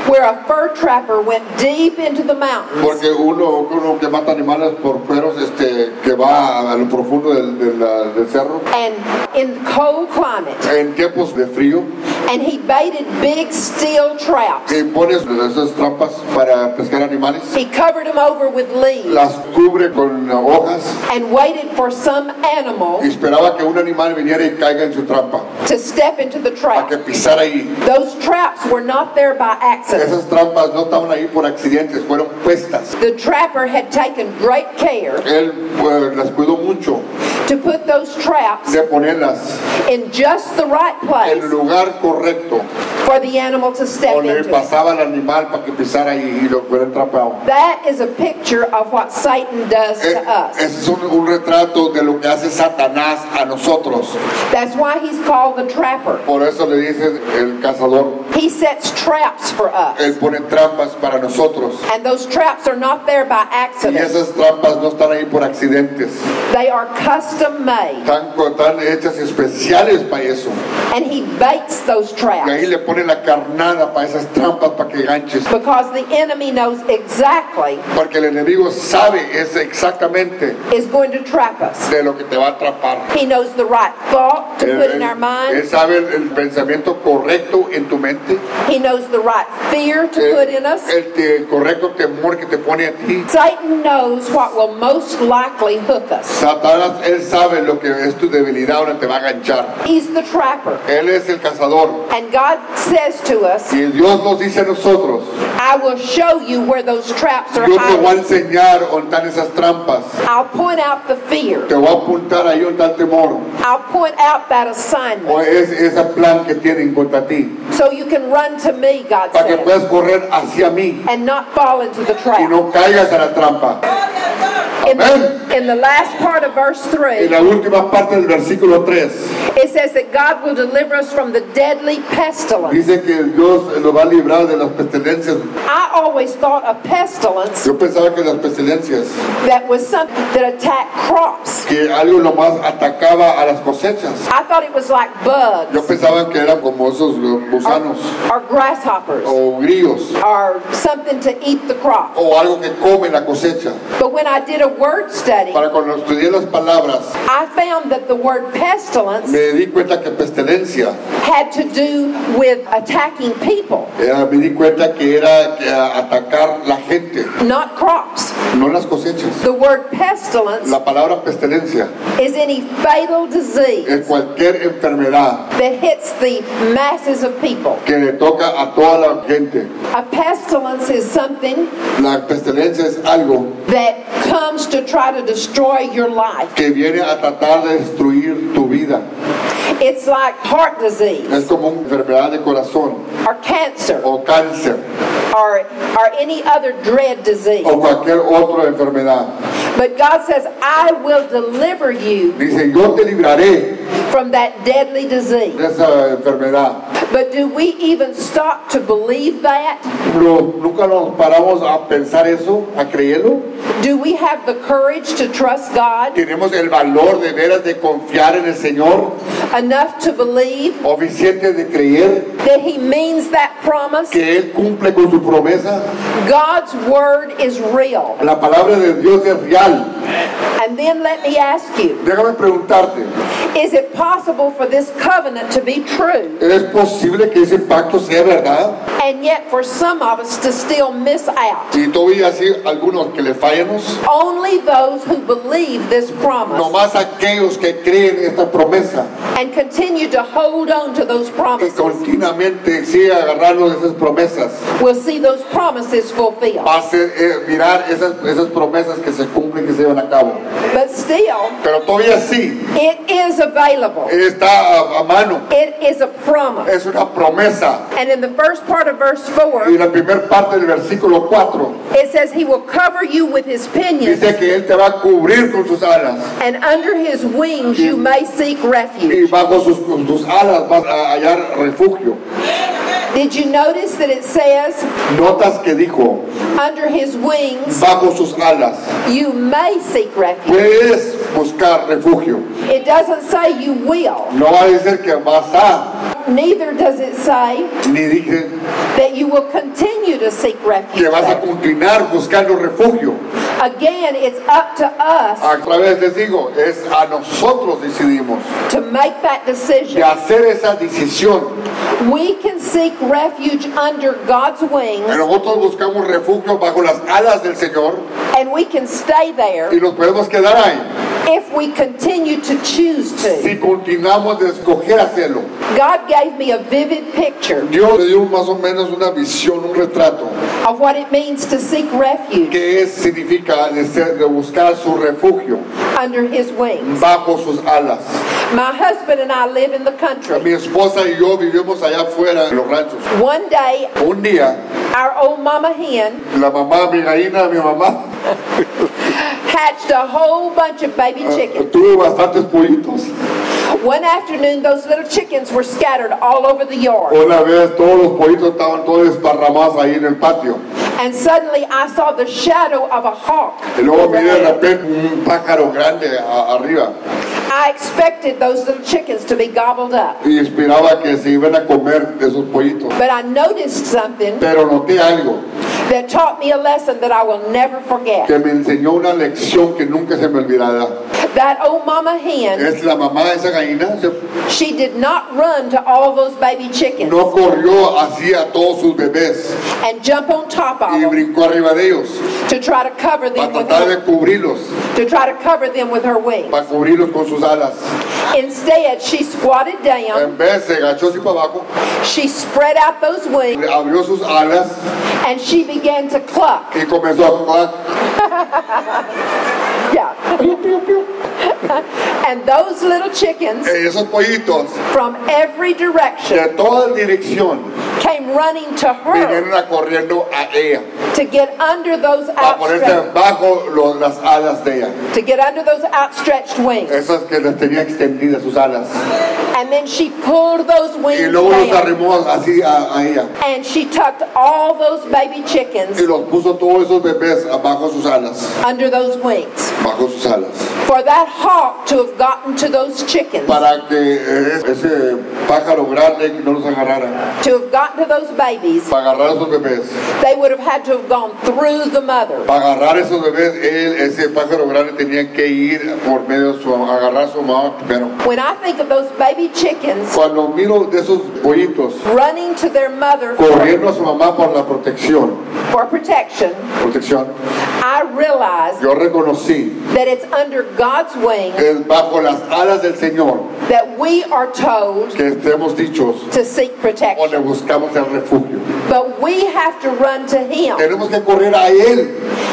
S1: where a fur trapper went deep into the mountains
S2: Porque uno, uno que mata animales por cueros, este, que va a lo profundo del, del, ah, del cerro,
S1: and in cold climate,
S2: en tiempos de frío,
S1: and he baited big steel traps.
S2: que pones esas trampas para pescar animales,
S1: He covered them over with leaves
S2: las cubre con ah, hojas
S1: and waited for some
S2: y
S1: animal
S2: esperaba que un animal viniera y caiga en su trampa,
S1: to step into the
S2: para
S1: trap.
S2: que pisara ahí.
S1: Those traps were not there by accident.
S2: Esas trampas no estaban ahí por accidentes, fueron puestas.
S1: The trapper had taken great care
S2: Él pues, las cuidó mucho
S1: to put those traps
S2: de ponerlas
S1: in just the right
S2: en
S1: place
S2: el lugar correcto,
S1: for the animal to step
S2: donde
S1: into.
S2: pasaba el animal para que pisara ahí y lo fuera atrapado.
S1: That is a picture of what Satan does
S2: Eh,
S1: to us.
S2: Ese es un, un retrato de lo que hace Satanás a nosotros.
S1: That's why he's called the trapper.
S2: Por eso le dicen el cazador,
S1: He sets traps for us.
S2: él pone trampas para nosotros.
S1: And those traps are not there by
S2: Y
S1: accident.
S2: esas trampas no están ahí por accidentes,
S1: They are custom made.
S2: están, co- están hechas especiales para eso.
S1: And he baits those
S2: Y ahí
S1: traps
S2: le pone la carnada para esas trampas para que ganches.
S1: because the enemy knows exactly
S2: Porque el enemigo sabe es exactamente
S1: is going to trap us.
S2: de lo que te va a atrapar.
S1: He knows the right thought to
S2: Él,
S1: put in
S2: él-
S1: our mind.
S2: él sabe el, el pensamiento correcto en tu mente,
S1: He knows the right fear to
S2: el,
S1: put in us.
S2: el te- el correcto temor que te pone a ti.
S1: Satan knows what will most likely hook us.
S2: Satanás, él sabe lo que es tu debilidad, ahora te va a enganchar.
S1: He's the trapper.
S2: Él es el cazador.
S1: And God says to us,
S2: Y Dios nos dice a nosotros,
S1: I will show you where those traps are
S2: yo te voy a
S1: hiding.
S2: enseñar dónde están esas trampas.
S1: I'll point out the fear.
S2: Te voy a apuntar ahí donde está el temor.
S1: I'll point out that assignment.
S2: O es ese plan que tienen contra ti.
S1: So you can run to me, God
S2: Para que
S1: says,
S2: puedas correr hacia mí
S1: and not fall into the
S2: y
S1: trap.
S2: no caigas a la trampa.
S1: In
S2: Amen.
S1: the, in the last part of verse 3,
S2: En la última parte del versículo 3
S1: it says that God will deliver us from the deadly pestilence.
S2: dice que Dios lo va a librar de las pestilencias.
S1: I always thought a pestilence
S2: Yo pensaba que las pestilencias,
S1: that was something that attacked crops.
S2: que algo nomás atacaba a las cosechas.
S1: I thought it was like bugs
S2: Yo pensaba que eran como esos eh, gusanos
S1: or grasshoppers
S2: o grillos
S1: or something to eat the crop.
S2: o algo que come la cosecha.
S1: But when I did a word study,
S2: Para cuando estudié las palabras
S1: I found that the word pestilence
S2: me di cuenta que pestilencia,
S1: had to do with attacking people,
S2: era- me di cuenta que era que, a- atacar la gente,
S1: not crops.
S2: no las cosechas.
S1: The word pestilence
S2: La palabra pestilencia
S1: is any fatal disease
S2: es cualquier enfermedad
S1: that hits the masses of people.
S2: que le toca a toda la gente.
S1: A pestilence is something
S2: La pestilencia es algo
S1: that comes to try to destroy your life.
S2: que viene a tratar de destruir tu vida.
S1: It's like heart disease
S2: Es como una enfermedad de corazón
S1: or cancer
S2: o cáncer
S1: or, or any other dread disease.
S2: o cualquier otra enfermedad.
S1: But God says, I will deliver you
S2: Dice, yo te libraré
S1: from that deadly disease.
S2: de esa enfermedad.
S1: But do we even stop to believe that?
S2: Pero nunca nos paramos a pensar eso, a creerlo.
S1: Do we have the courage to trust God
S2: Tenemos el valor de veras de confiar en el Señor,
S1: enough to believe
S2: oficientes de creer
S1: that He means that promise?
S2: que Él cumple con su promesa.
S1: God's word is real.
S2: La palabra de Dios es real.
S1: And then let me ask you
S2: Déjame preguntarte,
S1: is it possible for this covenant to be true
S2: ¿es posible que ese pacto sea verdad?
S1: and yet for some of us to still miss out?
S2: Y todavía así algunos que le fallamos.
S1: Only those who believe this promise
S2: Nomás aquellos que creen esta promesa
S1: and continue to hold on to those
S2: y
S1: promises
S2: continuamente sigue agarrando de esas promesas.
S1: will see those promises fulfilled.
S2: va a ser, eh, mirar esas, esas promesas que se cumplen, que se llevan a cabo.
S1: But still,
S2: Pero todavía sí,
S1: it is available,
S2: está a, a mano,
S1: it is a promise.
S2: es una promesa.
S1: And in the first part of verse 4,
S2: Y la primera parte del versículo 4
S1: it says, He will cover you with His pinions,
S2: dice que Él te va a cubrir con sus alas
S1: and under His wings you may seek
S2: y
S1: refuge.
S2: bajo sus, con sus alas vas a hallar refugio.
S1: Did you notice that it says,
S2: Notas que dijo,
S1: Under His wings
S2: bajo sus alas
S1: you may seek refuge?
S2: puedes buscar refugio.
S1: It doesn't say you will,
S2: No va a decir que vas a,
S1: neither does it say
S2: ni dije
S1: that you will continue to seek refuge.
S2: que vas a continuar buscando refugio.
S1: Again, it's up to us
S2: A través les digo, es a nosotros decidimos
S1: to make that
S2: de
S1: decision.
S2: hacer esa decisión.
S1: We can seek refuge under God's wings
S2: Nosotros buscamos refugio bajo las alas del Señor
S1: and we can stay there
S2: y nos podemos quedar ahí
S1: if we continue to choose to.
S2: si continuamos de escoger hacerlo.
S1: God gave me a vivid picture
S2: Dios le dio más o menos una visión, un retrato,
S1: of what it means to seek refuge
S2: que es, significa de, ser- de buscar su refugio
S1: under His wings.
S2: bajo sus alas.
S1: My husband and I live in the
S2: Mi
S1: country.
S2: esposa y yo vivimos allá afuera en los ranchos.
S1: One day,
S2: Un día,
S1: our old mama hen
S2: la mamá, mi gallina, mi mamá,
S1: hatched a whole bunch of baby chickens.
S2: tuvo bastantes pollitos.
S1: One afternoon, those little chickens were scattered all over the yard.
S2: Una vez todos los pollitos estaban todos esparramados ahí en el patio.
S1: And suddenly I saw the shadow of a hawk.
S2: Y luego miré de repente un pájaro grande a- arriba
S1: I expected those little chickens to be gobbled up.
S2: y esperaba que se iban a comer de esos pollitos.
S1: But I noticed something
S2: Pero noté algo
S1: that taught me a lesson that I will never forget.
S2: que me enseñó una lección que nunca se me olvidará.
S1: That old mama hen,
S2: Es la mamá de esa gallina, se-
S1: she did not run to all those baby chickens
S2: no corrió así a todos sus bebés
S1: and jump on top
S2: y
S1: of them
S2: brincó arriba de ellos
S1: to try to cover
S2: para
S1: them with
S2: tratar de
S1: her,
S2: cubrirlos,
S1: to try to cover them with her wings.
S2: para cubrirlos con sus alas.
S1: Instead, she squatted down,
S2: En vez se agachó así para abajo,
S1: she spread out those wings,
S2: le abrió sus alas
S1: and she began to cluck.
S2: y comenzó a clac.
S1: Yeah. and those little chickens
S2: Eh, Esos pollitos
S1: from every
S2: de
S1: direction
S2: toda dirección
S1: came running to her
S2: vinieron a corriendo a ella.
S1: to get under those
S2: a ponerse
S1: outstretched,
S2: bajo lo- las alas de ella,
S1: to get under those outstretched wings.
S2: esas que las tenía extendidas sus alas.
S1: And then she pulled those
S2: Y
S1: wings
S2: luego los
S1: down,
S2: arrimó así a, a ella
S1: and she tucked all those baby
S2: y
S1: chickens
S2: los puso todos esos bebés bajo sus alas,
S1: under those wings.
S2: bajo sus alas,
S1: For that hawk to have gotten to those chickens,
S2: para que eh, ese pájaro grande que no los agarrara,
S1: to have gotten to those babies,
S2: para agarrar a esos bebés,
S1: they would have had to have gone through the mother.
S2: para agarrar a esos bebés, él, ese pájaro grande tenía que ir por medio de su, agarrar a su mamá primero.
S1: When I think of those baby chickens
S2: Cuando miro de esos pollitos
S1: running to their mother
S2: corriendo a su mamá por la protección,
S1: for protection,
S2: protección,
S1: I realize
S2: yo reconocí
S1: that it's under God's wing
S2: es bajo las alas del Señor
S1: that we are told
S2: que estemos dichos
S1: to seek
S2: o le
S1: protection.
S2: buscamos el refugio.
S1: But we have to run to Him.
S2: Tenemos que correr a Él.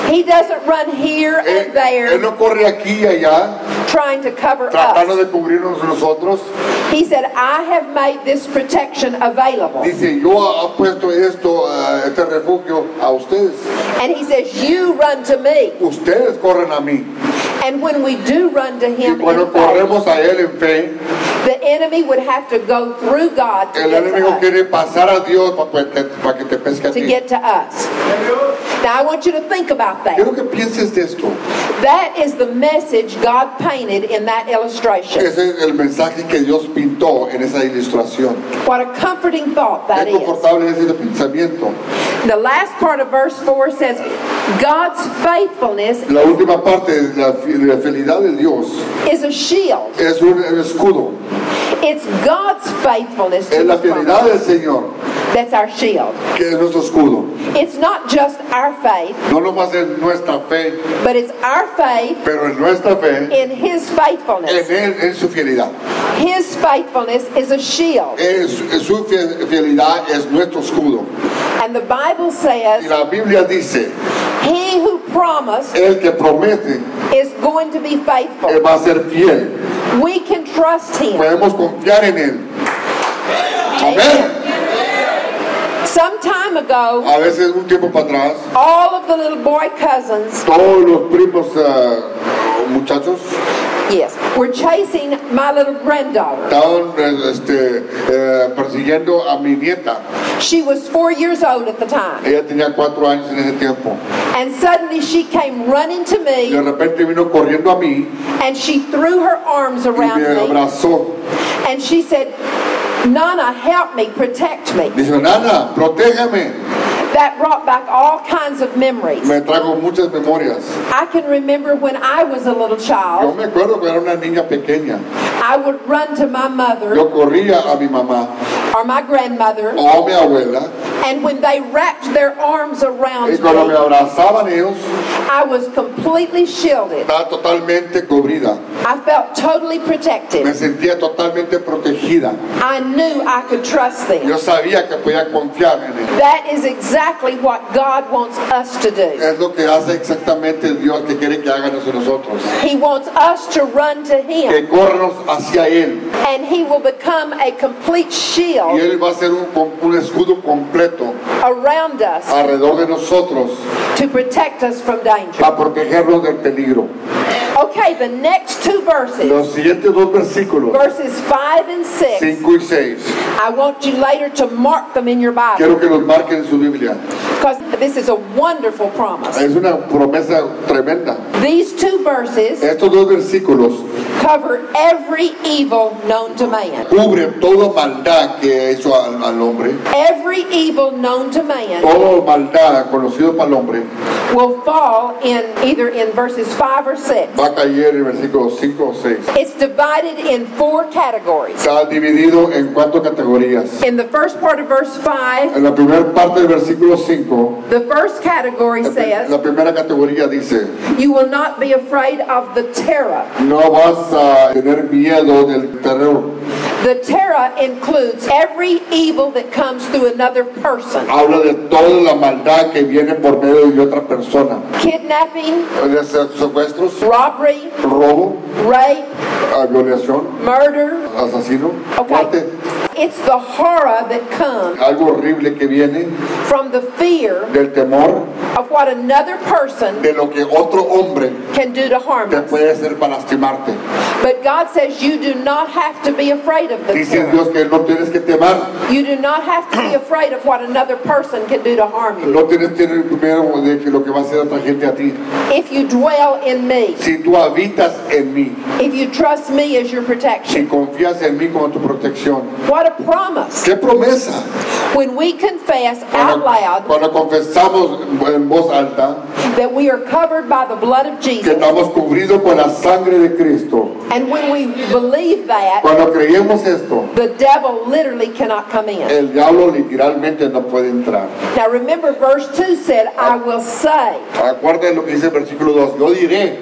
S1: He doesn't run here
S2: Él,
S1: and
S2: Él
S1: there
S2: no corre aquí y allá
S1: trying to cover
S2: tratando
S1: us.
S2: de cubrirnos nosotros.
S1: He said, I have made this protection available.
S2: Dice, yo he puesto esto, ah, este refugio a ustedes.
S1: And He says, You run to me.
S2: Ustedes corren a mí.
S1: And when we do run to
S2: Y
S1: Him,
S2: cuando
S1: in faith,
S2: corremos a Él en fe,
S1: the enemy would have to go through God to
S2: el
S1: get to
S2: enemigo
S1: us.
S2: quiere pasar a Dios para, que te pesque a
S1: to
S2: ti.
S1: get to us. Now I want you to think about that.
S2: Quiero que pienses de esto.
S1: That is the message God painted in that illustration.
S2: Ese es el mensaje que Dios pintó en esa ilustración.
S1: What a comforting thought that
S2: Es
S1: is.
S2: confortable ese pensamiento.
S1: The last part of verse 4 says, God's faithfulness
S2: La última parte de la, fi- la fidelidad de Dios
S1: is a shield.
S2: es un escudo.
S1: It's God's faithfulness
S2: Es
S1: to
S2: la
S1: us
S2: fidelidad del Señor
S1: that's our shield.
S2: que es nuestro escudo.
S1: It's not just our faith,
S2: No nomás en nuestra fe,
S1: but it's our faith
S2: pero en nuestra fe,
S1: in His
S2: en
S1: faithfulness.
S2: Él, en su fidelidad.
S1: His faithfulness is a shield.
S2: Es, es su fie- fidelidad es nuestro escudo.
S1: And the Bible
S2: Y
S1: says,
S2: la Biblia dice,
S1: He who promised
S2: el que promete
S1: is going to be
S2: él
S1: faithful.
S2: va a ser fiel.
S1: We can trust him.
S2: Podemos confiar en Él. Amén.
S1: Amen. Some time ago,
S2: A veces un tiempo para atrás,
S1: all of the little boy cousins,
S2: todos los primos ah, muchachos
S1: yes, were chasing my little granddaughter.
S2: estaban eh, este, eh, persiguiendo a mi nieta.
S1: She was four years old at the time.
S2: Ella tenía cuatro años en ese tiempo.
S1: And suddenly she came running to
S2: Y de
S1: me
S2: repente vino corriendo a mí
S1: and she threw her arms
S2: y
S1: around
S2: me
S1: me
S2: abrazó.
S1: and she said, Nana, help me, protect me.
S2: Dijo, Nana, protégeme.
S1: That brought back all kinds of memories.
S2: Me trajo muchas memorias.
S1: I can remember when I was a little
S2: Yo
S1: child,
S2: me acuerdo que era una niña pequeña.
S1: I would run to my mother
S2: Yo corría a mi mamá
S1: or my grandmother,
S2: o a mi abuela
S1: and when they wrapped their arms around
S2: y cuando me
S1: me,
S2: abrazaban ellos
S1: I was completely shielded.
S2: estaba totalmente cubrida.
S1: I felt totally
S2: Me
S1: protected.
S2: sentía totalmente protegida.
S1: I knew I could trust them.
S2: Yo sabía que podía confiar en él.
S1: That is exactly what God wants us to do.
S2: Es lo que hace exactamente Dios que quiere que hagan eso nosotros.
S1: He wants us to run to Him,
S2: Que corramos hacia Él
S1: and He will become a complete
S2: y
S1: shield
S2: Él va a ser un, un escudo completo
S1: around us
S2: alrededor de nosotros
S1: to protect us from danger.
S2: para protegernos del peligro.
S1: Okay, the next two verses,
S2: Los siguientes dos versículos,
S1: verses 5 and 6,
S2: 5 y 6,
S1: I want you later to mark them in your Bible
S2: quiero que los marquen en su Biblia.
S1: because this is a wonderful promise.
S2: Es una promesa tremenda.
S1: These two verses
S2: Estos dos versículos
S1: cover every evil known to man.
S2: cubren toda maldad que ha hecho al, al hombre.
S1: Every evil known to man
S2: Toda maldad conocido para el hombre
S1: will fall in either in verses 5 or 6.
S2: va a caer en versículos 5 o 6.
S1: It's divided in four categories.
S2: Está dividido en cuatro categorías.
S1: In the first part of verse 5,
S2: En la primera parte del versículo 5,
S1: the first category
S2: la, pri-
S1: says,
S2: la primera categoría dice,
S1: You will not be afraid of the terror.
S2: no vas a tener miedo del terror.
S1: The terror includes every evil that comes through another person.
S2: Habla de toda la maldad que viene por medio de otra persona.
S1: Kidnapping,
S2: De se- secuestros,
S1: robbery,
S2: robo,
S1: rape,
S2: ah, violación,
S1: murder.
S2: asesino,
S1: Okay.
S2: muerte.
S1: It's the horror that comes
S2: Algo horrible que viene
S1: from the fear
S2: del temor
S1: of what another person
S2: de lo que otro hombre
S1: can do to harm
S2: te
S1: us.
S2: puede hacer para lastimarte.
S1: But God says you do not have to be afraid of the
S2: Dice
S1: terror.
S2: Dios que no tienes que temer,
S1: You do not have to be afraid of what another person can do to harm you.
S2: no tienes que tener miedo de que lo que va a hacer otra gente a ti.
S1: If you dwell in me,
S2: Si tú habitas en mí,
S1: if you trust me as your
S2: si
S1: protection.
S2: confías en mí como tu protección.
S1: What a promise.
S2: ¡Qué promesa!
S1: When we confess out
S2: Cuando,
S1: loud
S2: cuando confesamos en voz alta
S1: that we are covered by the blood of
S2: que
S1: Jesus,
S2: estamos cubridos con la sangre de Cristo,
S1: and when we believe that,
S2: cuando creemos esto,
S1: the devil literally cannot come in.
S2: el diablo literalmente no puede entrar.
S1: Now remember, verse 2 said, I will say.
S2: Acuérdense lo que dice el versículo 2. Yo diré,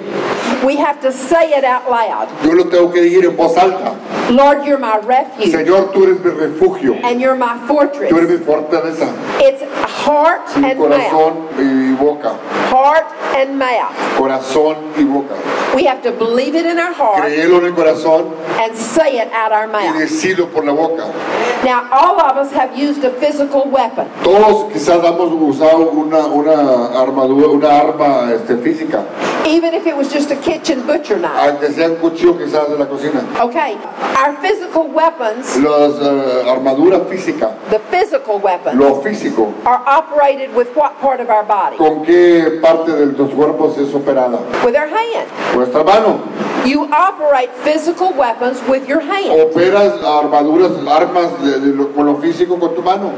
S1: We have to say it out loud.
S2: yo lo tengo que decir en voz alta.
S1: Lord, you're my refuge,
S2: Señor, tú eres mi refugio,
S1: and you're my
S2: tú eres
S1: fortress.
S2: mi fortaleza,
S1: It's heart
S2: mi
S1: and mouth.
S2: corazón y boca,
S1: Heart and mouth.
S2: corazón y boca.
S1: We have to believe it in our heart
S2: Creerlo en el corazón
S1: and say it out our
S2: y
S1: mouth.
S2: decirlo por la boca.
S1: Now, all of us have used a physical weapon.
S2: Todos quizás hemos usado una, una armadura, una arma este, física,
S1: even if it was just a kitchen butcher knife.
S2: aunque sea un cuchillo quizás de la cocina.
S1: Okay, our physical weapons,
S2: Las eh, armaduras físicas,
S1: the physical weapons,
S2: lo físico,
S1: are operated with what part of our body?
S2: ¿con qué parte de los cuerpos es operada?
S1: With our hand.
S2: Nuestra mano.
S1: You operate physical weapons with your hand.
S2: Operas armaduras, armas de- de lo- con lo físico con tu mano.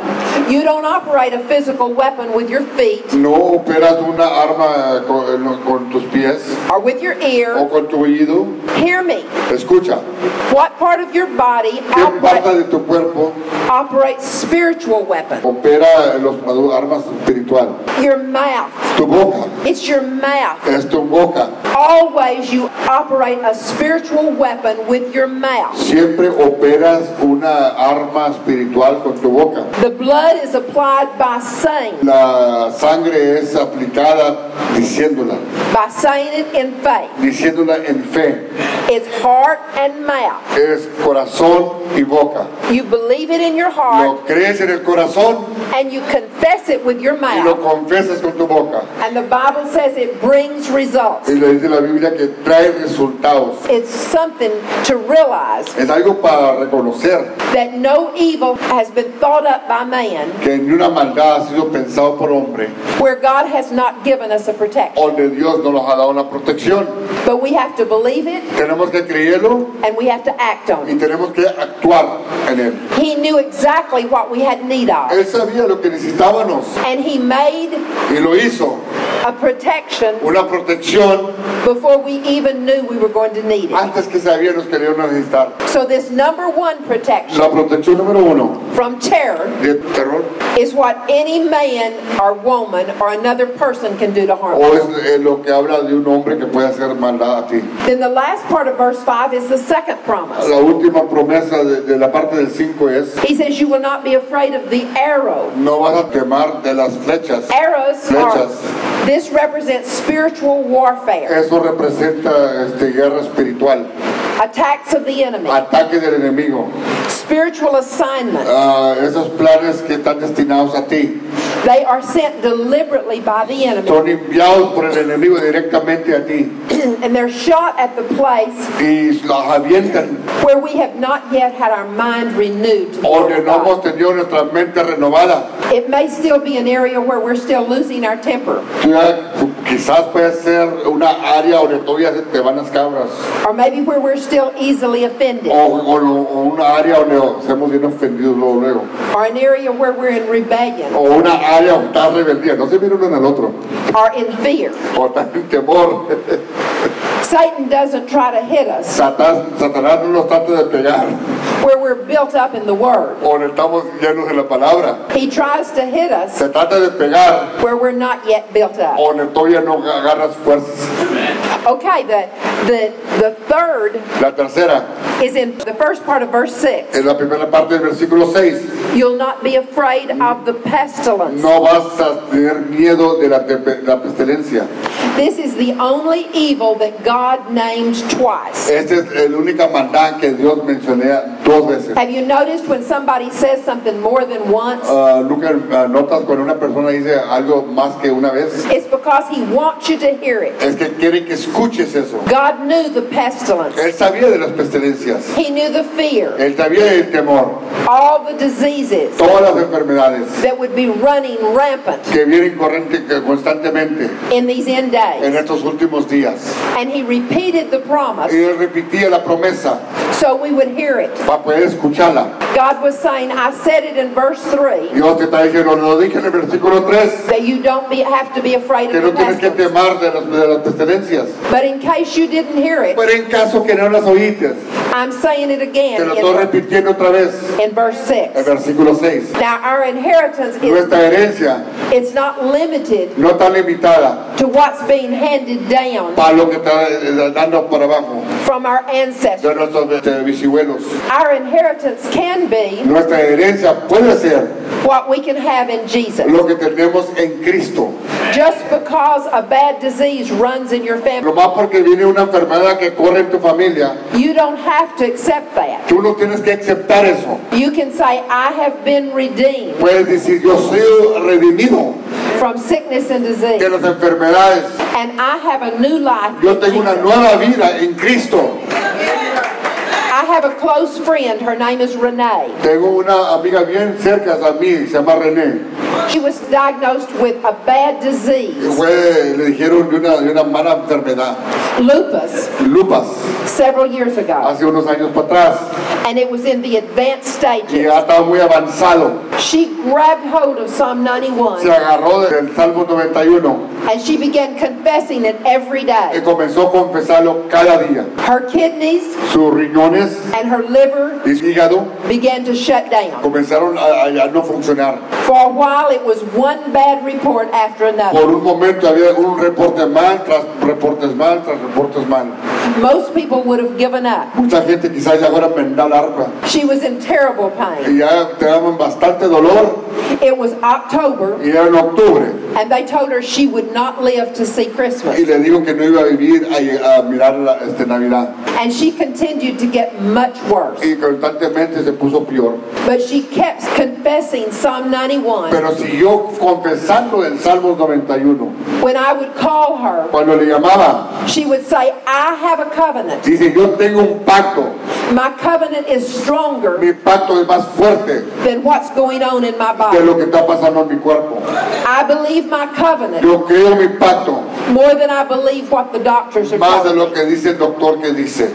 S1: You don't operate a physical weapon with your feet
S2: No operas una arma eh, con, en lo- con tus pies
S1: or with your
S2: o
S1: ear.
S2: con tu oído.
S1: Hear me.
S2: Escucha,
S1: What part of your body
S2: ¿qué parte
S1: opera-
S2: de tu cuerpo
S1: operates spiritual weapons?
S2: opera los armas espiritual?
S1: Your mouth.
S2: Tu boca.
S1: It's your mouth.
S2: Es tu boca.
S1: always you operate a spiritual weapon with your mouth.
S2: Siempre operas una arma espiritual con tu boca.
S1: The blood is applied by saying,
S2: La sangre es aplicada diciéndola,
S1: by saying it in faith.
S2: diciéndola en fe.
S1: It's heart and mouth.
S2: Es corazón y boca.
S1: You believe it in your heart
S2: Lo crees en el corazón
S1: and you confess it with your
S2: y lo
S1: mouth.
S2: confiesas con tu boca.
S1: And the Bible says it brings results.
S2: Y le dice la Biblia que trae resultados.
S1: It's something to realize
S2: Es algo para reconocer
S1: that no evil has been thought up by man
S2: que ni una maldad ha sido pensado por hombre,
S1: where God has not given us a protection.
S2: o de Dios no nos ha dado la protección.
S1: But we have to believe it
S2: Tenemos que creerlo
S1: and we have to act on
S2: y
S1: it.
S2: tenemos que actuar en él.
S1: He knew exactly what we had need of.
S2: Él sabía lo que necesitábamos
S1: And he made
S2: y lo hizo.
S1: a protection
S2: Una protección
S1: before we even knew we were going to need it.
S2: antes que sabíamos que le iban a necesitar.
S1: So this number one protection
S2: La protección número uno
S1: from terror
S2: de terror
S1: is what any man or woman or another person can do to harm.
S2: o
S1: us.
S2: es eh, lo que habla de un hombre que puede hacer maldad a ti.
S1: Then the last part of verse 5 is the second promise.
S2: La última promesa de, de la parte del 5 es,
S1: He says, You will not be afraid of the arrow.
S2: no vas a temar de las flechas.
S1: Arrows are,
S2: Flechas.
S1: this represents spiritual warfare,
S2: Eso representa este, guerra espiritual,
S1: attacks of the enemy,
S2: ataque del enemigo,
S1: spiritual assignments.
S2: Ah, esos planes que están destinados a ti.
S1: They are sent deliberately by the enemy,
S2: Son enviados por el enemigo directamente a ti
S1: and they're shot at the place
S2: y las avientan
S1: where we have not yet had our mind renewed. to the Word
S2: porque
S1: of
S2: no
S1: God.
S2: hemos tenido nuestra mente renovada.
S1: It may still be an area where we're still losing our temper,
S2: Tú ya- tú quizás puede ser una área donde todavía se te van las cabras
S1: or maybe where we're still easily
S2: o,
S1: offended,
S2: o lo- o una área donde seamos bien ofendidos luego, luego.
S1: or an area where we're in rebellion,
S2: o una área donde está rebeldía. No se mira uno en el otro
S1: or in fear.
S2: o está en temor.
S1: Satan doesn't try to hit us
S2: Satán, Satanás no nos trata de pegar
S1: where we're built up in the Word.
S2: o no estamos llenos de la palabra.
S1: He tries to hit us
S2: Se trata de pegar
S1: where we're not yet built up.
S2: o no, todavía no agarras fuerzas.
S1: Okay, the, the, the third
S2: La tercera,
S1: is in the first part of verse 6.
S2: en la primera parte del versículo 6,
S1: You'll not be afraid of the pestilence.
S2: no vas a tener miedo de la, tepe- la pestilencia.
S1: This is the only evil that God names twice.
S2: Esta es la única maldad que Dios menciona dos veces.
S1: Have you noticed when somebody says something more than once?
S2: Ah, nunca ah, notas cuando una persona dice algo más que una vez,
S1: It's because he wants you to hear it.
S2: es que quiere que escuches eso.
S1: God knew the pestilence.
S2: Él sabía de las pestilencias.
S1: He knew the fear,
S2: Él sabía del temor.
S1: all the diseases
S2: Todas las enfermedades
S1: that would be running rampant
S2: que vienen corriente- que constantemente
S1: in these end
S2: en
S1: days.
S2: estos últimos días.
S1: And he repeated the
S2: Y
S1: promise
S2: él repetía la promesa pues,
S1: so we would hear it.
S2: para poder escucharla.
S1: God was saying, I said it in verse 3,
S2: Dios te está diciendo, lo dije en el versículo 3,
S1: that you don't be, have to be afraid
S2: que
S1: of
S2: no
S1: the
S2: tienes que
S1: pestilence.
S2: temar de las, de las pestilencias.
S1: But in case you didn't hear it,
S2: Pero en caso que no las oíste,
S1: I'm saying it again
S2: te lo
S1: in
S2: estoy
S1: verse
S2: repitiendo otra vez,
S1: in verse
S2: el
S1: 6.
S2: versículo 6.
S1: Now, our inheritance is
S2: Nuestra herencia
S1: it's not limited
S2: no está limitada
S1: to what's being handed down
S2: para lo que está eh, dando por abajo
S1: from our
S2: de
S1: ancestors.
S2: nuestros este, bisabuelos.
S1: Our inheritance can be
S2: Nuestra herencia puede ser
S1: what we can have in Jesus.
S2: lo que tenemos en Cristo.
S1: Just because a bad disease runs in your family,
S2: Nomás porque viene una enfermedad que corre en tu familia,
S1: you don't have to accept that.
S2: tú no tienes que aceptar eso.
S1: You can say, I have been redeemed
S2: Puedes decir, yo soy redimido
S1: from sickness and disease,
S2: de las enfermedades.
S1: and I have a new life.
S2: Yo
S1: in
S2: tengo una
S1: Jesus.
S2: nueva vida en Cristo.
S1: I have a close friend. Her name is Renee.
S2: Tengo una amiga bien cerca a mí, se llama René.
S1: She was diagnosed with a bad
S2: Y
S1: disease,
S2: fue- le dijeron de una, de una mala enfermedad,
S1: lupus,
S2: lupas,
S1: several years ago,
S2: hace unos años para atrás.
S1: and it was in the advanced
S2: Y
S1: stages.
S2: ya estaba muy avanzado.
S1: She grabbed hold of Psalm
S2: Se
S1: 91
S2: agarró del Salmo 91
S1: and she began confessing it every
S2: y
S1: day.
S2: comenzó a confesarlo cada día.
S1: Her kidneys
S2: Sus riñones
S1: and her liver
S2: y hígado
S1: began to shut down.
S2: comenzaron a, a- a no funcionar.
S1: For a while, while, it was one bad report after another.
S2: Por un momento había un reporte mal, tras reportes mal, tras reportes mal.
S1: Most people would have given up.
S2: Mucha gente quizás ya fuera mental arpa
S1: She was in terrible pain.
S2: y ya te daban bastante dolor
S1: It was October,
S2: y era en octubre
S1: and they told her she would not live to see
S2: y
S1: Christmas.
S2: le digo que no iba a vivir a, a mirar la, este, Navidad
S1: And she continued to get much worse.
S2: y constantemente se puso peor.
S1: But she kept confessing Psalm 91.
S2: Pero siguió confesando el Salmo 91.
S1: When I would call her,
S2: Cuando le llamaba,
S1: she would say, I have a covenant.
S2: dice, yo tengo un pacto,
S1: My covenant is stronger
S2: mi pacto es más fuerte
S1: than what's going on in my
S2: que
S1: body.
S2: lo que está pasando en mi cuerpo.
S1: I believe my covenant
S2: Yo creo mi pacto
S1: more than I believe what the doctors are
S2: más de
S1: telling me.
S2: lo que dice el doctor que dice.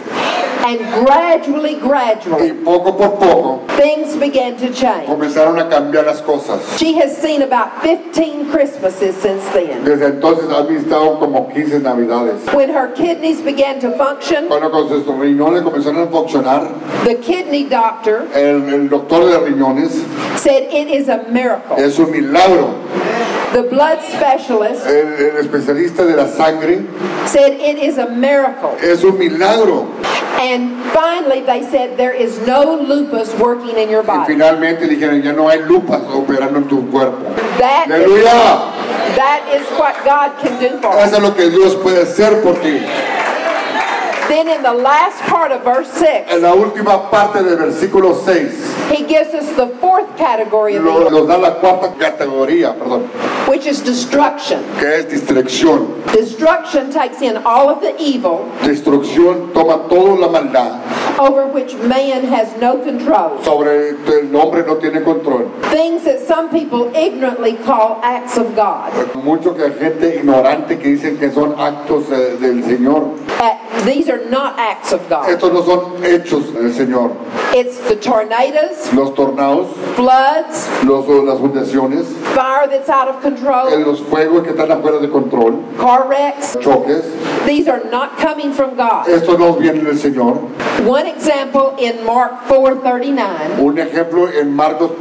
S1: And gradually,
S2: Y
S1: gradually,
S2: poco por poco
S1: things began to change.
S2: comenzaron a cambiar las cosas.
S1: She has seen about 15 Christmases since then.
S2: Desde entonces ha visitado como 15 navidades.
S1: When her kidneys began to function,
S2: Cuando con sus riñones comenzaron a funcionar,
S1: the kidney doctor
S2: el, el doctor de riñones
S1: said it is a miracle.
S2: es un milagro.
S1: The blood specialist
S2: El, el especialista de la sangre
S1: said it is a miracle.
S2: es un milagro.
S1: And finally, they said there is no lupus working in your
S2: Y
S1: body.
S2: finalmente le dijeron, ya no hay lupas operando en tu cuerpo.
S1: That is,
S2: Aleluya.
S1: that is what God can do for us.
S2: Eso es lo que Dios puede hacer por ti.
S1: Then in the last part of verse 6,
S2: En la última parte del versículo 6
S1: he gives us the fourth category of
S2: lo-
S1: evil,
S2: nos da la cuarta categoría, perdón,
S1: which is destruction.
S2: que es distracción.
S1: Destruction takes in all of the evil
S2: Destrucción toma toda la maldad.
S1: over which man has no control.
S2: Sobre el hombre no tiene control.
S1: Things that some people ignorantly call acts of God.
S2: Mucho que hay gente ignorante que dicen que son actos eh, del Señor.
S1: Uh, These are not acts of God.
S2: Estos no son hechos del Señor.
S1: It's the tornadoes,
S2: Los tornados,
S1: floods,
S2: los, las fundaciones,
S1: fire that's out of control,
S2: los fuegos que están afuera de control,
S1: car wrecks.
S2: choques.
S1: These are not coming from God.
S2: Esto no viene del Señor.
S1: One example in Mark 4:39,
S2: Un ejemplo en Marcos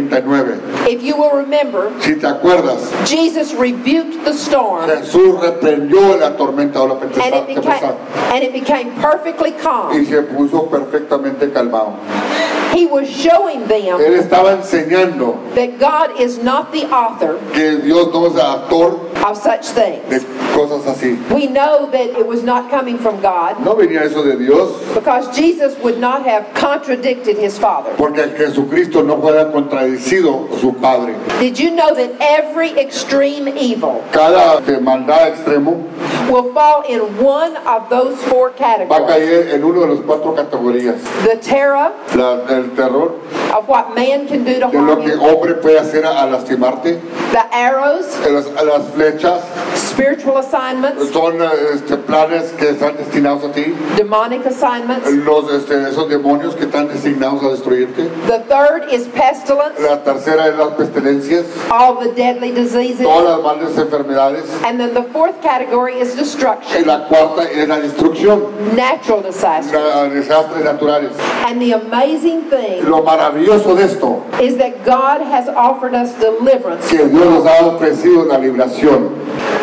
S2: 4:39.
S1: if you will remember,
S2: Si te acuerdas,
S1: Jesus rebuked the storm
S2: Jesús reprendió la tormenta o la
S1: and
S2: tempestad
S1: it became
S2: tempestad,
S1: and it became perfectly calm.
S2: y se puso perfectamente calmado.
S1: He was showing them
S2: Él estaba enseñando
S1: that God is not the author
S2: que Dios no es actor
S1: of such
S2: de
S1: things.
S2: cosas así.
S1: We know that it was not coming from God
S2: No venía eso de Dios,
S1: because Jesus would not have contradicted his Father.
S2: porque Jesucristo no fuera contradecido a su Padre.
S1: Did you know that every extreme evil
S2: Cada eh, maldad extremo
S1: will fall in one of those four
S2: va a
S1: categories?
S2: caer en una de las cuatro categorías.
S1: The terror
S2: La- el terror,
S1: of what man can do to
S2: de lo
S1: harm
S2: que
S1: you,
S2: hombre puede hacer a, a lastimarte,
S1: the arrows,
S2: a las, a las flechas,
S1: spiritual assignments,
S2: son eh, este, planes que están destinados a ti,
S1: demonic assignments.
S2: los, este, esos demonios que están designados a destruirte.
S1: The third is pestilence,
S2: La tercera es las pestilencias,
S1: all the deadly diseases.
S2: todas las malas enfermedades.
S1: And then the fourth category is
S2: Y
S1: destruction,
S2: la cuarta es la destrucción,
S1: natural disasters.
S2: la- desastres naturales.
S1: And the amazing thing
S2: Lo maravilloso de esto,
S1: is that God has offered us deliverance.
S2: que Dios nos ha ofrecido la liberación.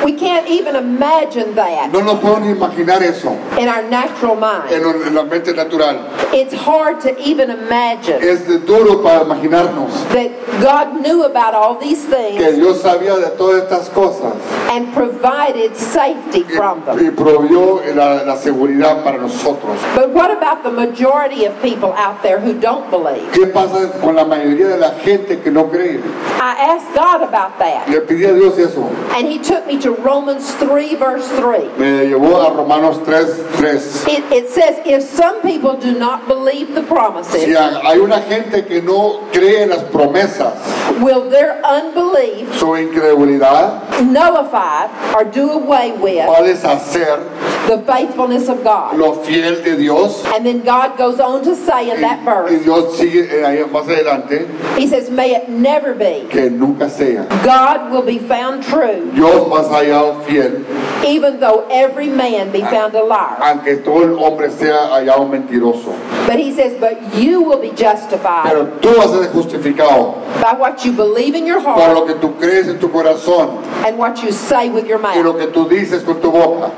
S1: We can't even imagine that
S2: No nos podemos imaginar eso
S1: in our natural mind.
S2: en, en la mente natural.
S1: It's hard to even imagine
S2: Es duro para imaginarnos
S1: that God knew about all these
S2: que
S1: things
S2: Dios sabía de todas estas cosas
S1: and provided safety from
S2: y,
S1: them.
S2: y provió la, la seguridad para nosotros.
S1: But what about the majority of people out there who don't believe?
S2: ¿Qué pasa con la mayoría de la gente que no cree?
S1: I asked God about that,
S2: Le pedí a Dios eso.
S1: and He took me to Romans 3, verse 3.
S2: Me llevó a Romanos 3, 3.
S1: It, it says, if some people do not believe the
S2: Si
S1: promises,
S2: a- hay una gente que no cree en las promesas,
S1: will their unbelief
S2: su incredulidad
S1: nullify or do away with
S2: va a deshacer
S1: the faithfulness of God?
S2: lo fiel de Dios.
S1: And then God goes on to say in that
S2: Y, y
S1: verse,
S2: Dios sigue eh, ahí más adelante
S1: He says, may it never be.
S2: que nunca sea.
S1: God will be found true,
S2: Dios más hallado fiel,
S1: even though every man be found a liar.
S2: aunque todo el hombre sea hallado mentiroso.
S1: But He says, but you will be justified
S2: Pero tú vas a ser justificado
S1: by what you believe in your
S2: por
S1: heart
S2: lo que tú crees en tu corazón
S1: and what you say with your
S2: y lo
S1: mouth.
S2: que tú dices con tu boca.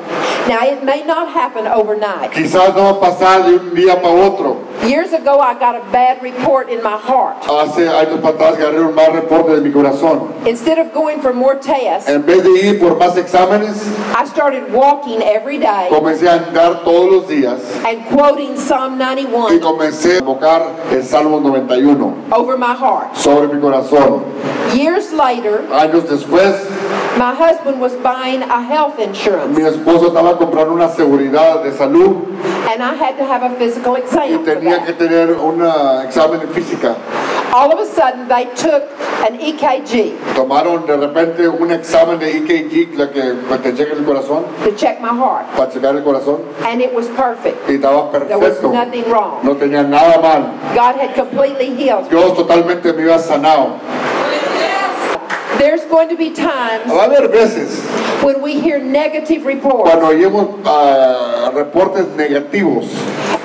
S1: Now, it may not happen overnight.
S2: Quizás no va a pasar de un día para otro.
S1: Years ago, I got a bad report in my heart.
S2: Hace años para atrás agarré un mal reporte de mi corazón.
S1: Instead of going for more tests,
S2: En vez de ir por más exámenes,
S1: I started walking every day
S2: comencé a andar todos los días
S1: and quoting Psalm
S2: y
S1: 91
S2: comencé a invocar el Salmo 91
S1: over my heart.
S2: sobre mi corazón.
S1: Years later,
S2: Años después,
S1: my husband was buying a health insurance,
S2: mi esposo estaba comprando una seguridad de salud
S1: and I had to have a physical
S2: y
S1: exam. For
S2: tenía que
S1: that.
S2: tener un ah, examen de física.
S1: All of a sudden, they took an E EKG
S2: Tomaron de repente un examen de EKG, la que pues, te checa el corazón,
S1: to check my heart,
S2: para checar el corazón,
S1: and it was perfect.
S2: y estaba
S1: There was
S2: perfecto.
S1: nothing wrong.
S2: No tenía nada mal.
S1: God had completely healed.
S2: Dios totalmente me iba sanado.
S1: There's going to be times
S2: Va a haber veces
S1: when we hear negative reports
S2: cuando oímos ah, reportes negativos